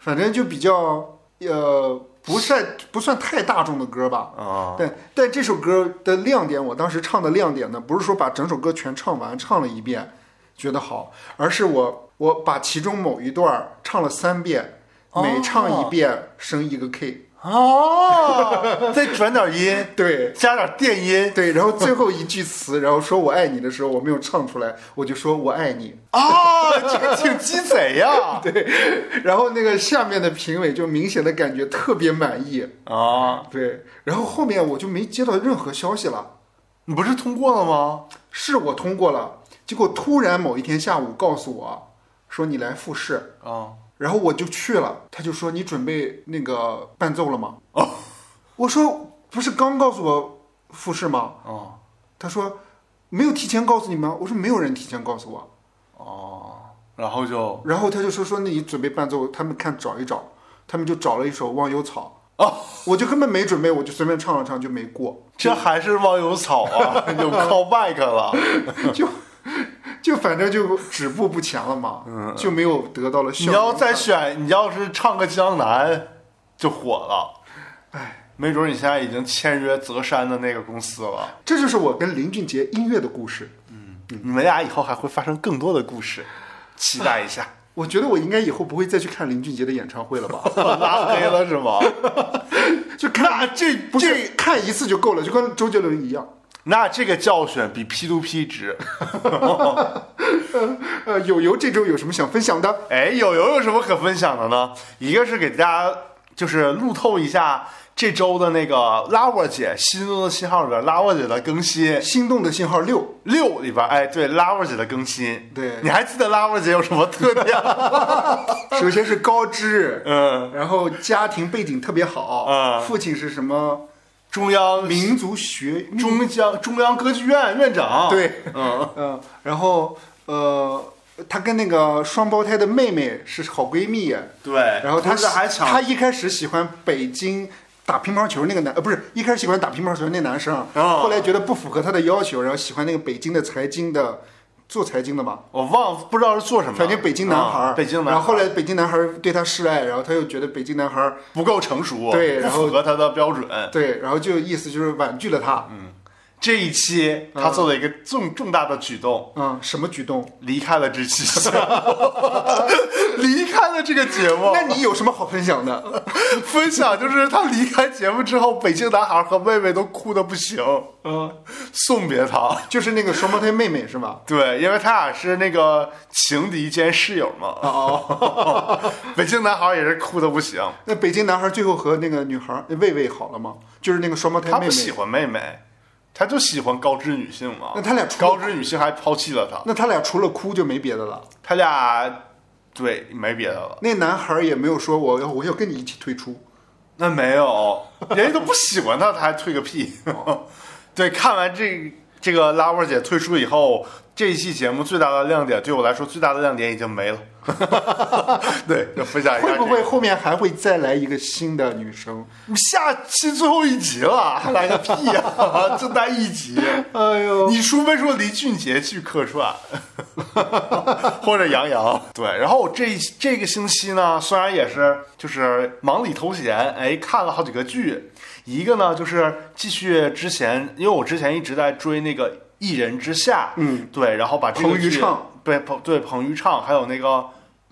反正就比较呃，不算不算太大众的歌吧。
啊，
但但这首歌的亮点，我当时唱的亮点呢，不是说把整首歌全唱完，唱了一遍觉得好，而是我我把其中某一段儿唱了三遍，
哦
每唱一遍升一个 K，、
哦，再转点音，
对
加点电音
对，然后最后一句词，然后说我爱你的时候，我没有唱出来，我就说我爱你，
啊，这个挺鸡贼 呀！对
然后那个下面的评委就明显的感觉特别满意，
啊，
对，然后后面我就没接到任何消息了。
你不是通过了吗？
是我通过了，结果突然某一天下午告诉我说你来复试，
啊，
然后我就去了，他就说你准备那个伴奏了吗？哦，我说不是刚告诉我复试吗？
哦，
他说没有提前告诉你吗？我说没有人提前告诉我，
哦，然后就
然后他就说说那你准备伴奏，他们看找一找，他们就找了一首《忘忧草》，
哦，
我就根本没准备，我就随便唱了唱就没 过。
这还是忘忧草啊， 有 callback 了。
就反正就止步不前了嘛，就没有得到了效啊
嗯你
应。
要再选，你要是唱个江南，就火了。
哎，
没准你现在已经签约泽山的那个公司了。
这就是我跟林俊杰音乐的故事。
你们俩以后还会发生更多的故事，期待一下。
我觉得我应该以后不会再去看林俊杰的演唱会了吧？
拉黑了是吗？
就看 这不是看一次就够了，就跟周杰伦一样。
那这个教训比 P to P 值。
呃，友友这周有什么想分享的？
哎，友友有什么可分享的呢？一个是给大家就是路透一下这周的那个拉沃姐心中的信号里边拉沃姐的更新
心动的信号六，
六里边，哎，对拉沃姐的更新，
对
你还记得拉沃姐有什么特点？ 呃
首先是高 知，
嗯，
然后家庭背景特别好，
嗯
父亲是什么
中央
民族学
中央中央歌剧院院长，，
对，
嗯
嗯，然后呃，他跟那个双胞胎的妹妹是好闺蜜，啊
对，
然后他
同时还抢
他一开始喜欢北京打乒乓球那个男，呃，不是一开始喜欢打乒乓球那男生，啊
哦
后来觉得不符合他的要求，然后喜欢那个北京的财经的，做财经的嘛，
我忘了不知道是做什么，
反正北京男孩儿、
啊哦北京男孩儿，
然后后来北京男孩儿对他示爱，然后他又觉得北京男孩儿
不够成熟，
对
不
然后
符合他的标准。
对，然后就意思就是婉拒了他，嗯
这一期他做了一个重重大的举动，
啊什么举动？
离开了这期节目， 离开了这个节目。
那你有什么好分享 的？
分享就是他离开节目之后，北京男孩和妹妹都哭的不行，
嗯，
送别他。
就是那个双胞胎妹妹是吧？
对，因为他俩是那个情敌兼室友嘛。
哦，
北京男孩也是哭的不行，
那北京男孩儿最后和那个女孩儿魏魏好了吗？就是那个双胞胎
他
哎妹
不
妹。
喜欢妹妹，他就喜欢高知女性嘛。
那他俩除了
高知女性还抛弃了他，
那他俩除了哭就没别的了。
他俩对没别的了。
那男孩儿也没有说我要我要跟你一起退出。
那没有，人家都不喜欢他，他还退个屁。对，看完这这个拉沃姐退出以后，这一期节目最大的亮点，对我来说最大的亮点已经没了。 对，就分享一下、
会
这个。
不会后面还会再来一个新的女生？
下期最后一集了？ 还来个屁呀、 就那一集。
哎呦，
你除非说离俊杰去客串， 或者杨洋对。然后这这个星期呢，虽然也是就是忙里偷闲，哎，看了好几个剧。一个呢就是继续之前，因为我之前一直在追那个《一人之下》，
嗯，
对，然后把这个
彭昱
剧
畅，
对彭对彭昱畅，还有那个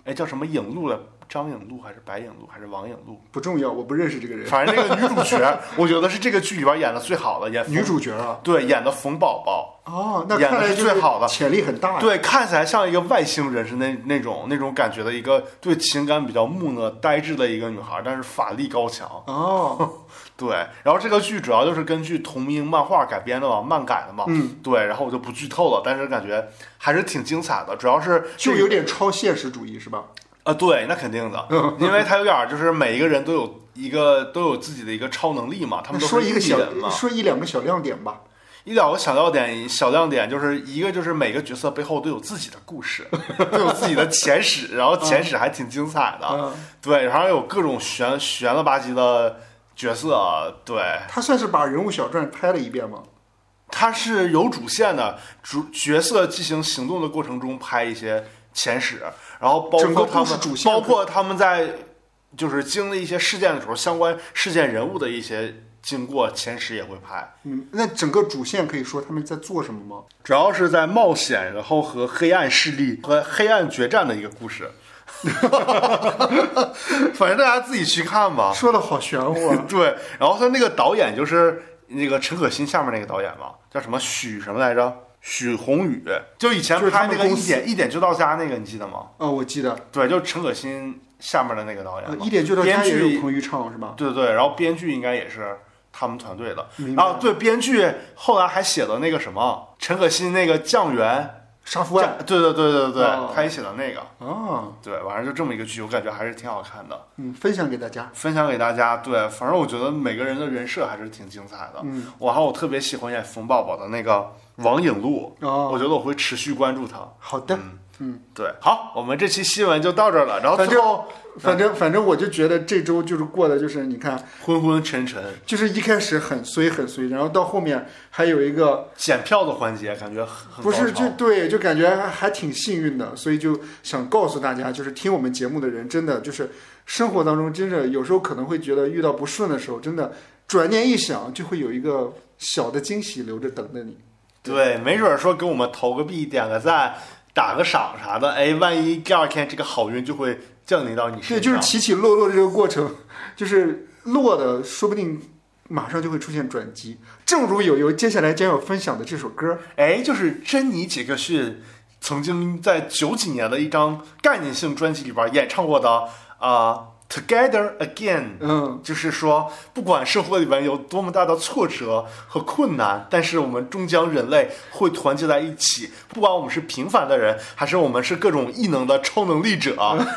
哎叫什么影路来，张影路还是白影路还是王影路，
不重要，我不认识这个人。
反正那个女主角，我觉得是这个剧里边演的最好的，演 冯
女主角啊，
对演的冯宝宝。
哦，那
哎演的
看来
是
就是
最好的
潜力很大呀。
对，看起来像一个外星人是那那种那种感觉的一个对情感比较木讷、呆滞的一个女孩，但是法力高强。
哦，
对，然后这个剧主要就是根据同名漫画改编的嘛，漫改的嘛。嗯，对，然后我就不剧透了，但是感觉还是挺精彩的，主要是
就
这
有点超现实主义是吧？
啊，对，那肯定的，
嗯
因为它有点儿就是每一个人都 有一个都有自己的一个超能力嘛，他们都
说
是
一个
艺
小
人嘛。
说一两个小亮点吧。
一两个小亮点，小亮点就是一个就是每个角色背后都有自己的故事， 都有自己的前史，然后前史还挺精彩的，
嗯
对，然后有各种悬悬了吧唧的角色，对，
他算是把人物小传拍了一遍吗？
它是有主线的，主角色进行行动的过程中拍一些前史，然后包
整个
括他
故事
们
主，线
包括他们在就是经历一些事件的时候，相关事件人物的一些经过前史也会拍，
嗯，那整个主线可以说他们在做什么吗？
主要是在冒险，然后和黑暗势力和黑暗决战的一个故事。 反正大家自己去看吧。
说的好玄乎 啊！
对，然后他那个导演就是那个陈可辛下面那个导演嘛，叫什么许什么来着？许宏宇，就以前
就是他
拍
们
那个
公
一
司
点一点就到家那个，你记得吗？
啊，我记得，
对，就是陈可辛下面的那个导演
呃
嘛。
一点就到
啊编
家也有
剧
彭昱畅是吧？
对对，然后编剧应该也是他们团队的。
明白
啊，对，编剧后来还写了那个什么陈可辛那个酱园，
杀夫
酱
案
对对对对对，
哦
他也写了那个。
啊，
对，完了就这么一个剧，我感觉还是挺好看的，
嗯，分享给大家。
分享给大家。对，反正我觉得每个人的人设还是挺精彩的。
嗯，
我还有特别喜欢演冯宝宝的那个王颖璐，我
哦，
觉得我会持续关注他。
好的，嗯
对，好，我们这期新闻就到这儿嗯了。然后
反
最
正
后嗯
反正反正我就觉得这周就是过的就是你看，
昏昏沉沉，
就是一开始很衰很衰，然后到后面还有一个
检票的环节感觉很很
不是
高潮
就对，就感觉还还挺幸运的，所以就想告诉大家，就是听我们节目的人，真的就是生活当中真的有时候可能会觉得遇到不顺的时候，真的转念一想，就会有一个小的惊喜留着等着你。
对，没准儿说给我们投个币、点个赞、打个赏啥的，哎，万一第二天这个好运就会降临到你
对，
身上。
就是起起落落的这个过程，就是落的，说不定马上就会出现转机。正如友友接下来将要分享的这首歌，
哎，就是珍妮·杰克逊曾经在九几年的一张概念性专辑里边演唱过的啊、呃 Together Again》，
嗯，
就是说，不管生活里面有多么大的挫折和困难，但是我们终将人类会团结在一起。不管我们是平凡的人，还是我们是各种异能的超能力者，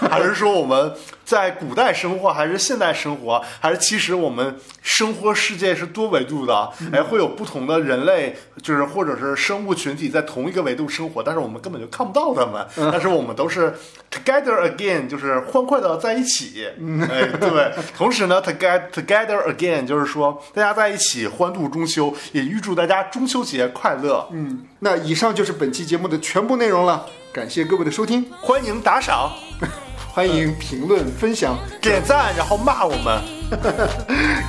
还是说我们在古代生活，还是现代生活，还是其实我们生活世界是多维度的，哎，会有不同的人类，就是或者是生物群体在同一个维度生活，但是我们根本就看不到他们，但是我们都是 together again，就是欢快的在一起。哎，对。同时呢，together together again，就是说大家在一起欢度中秋，也预祝大家中秋节快乐。
嗯，那以上就是本期节目的全部内容了，感谢各位的收听，
欢迎打赏、
欢迎评论分享，
点赞，然后骂我们。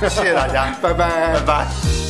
谢谢大家，
拜拜
拜。拜。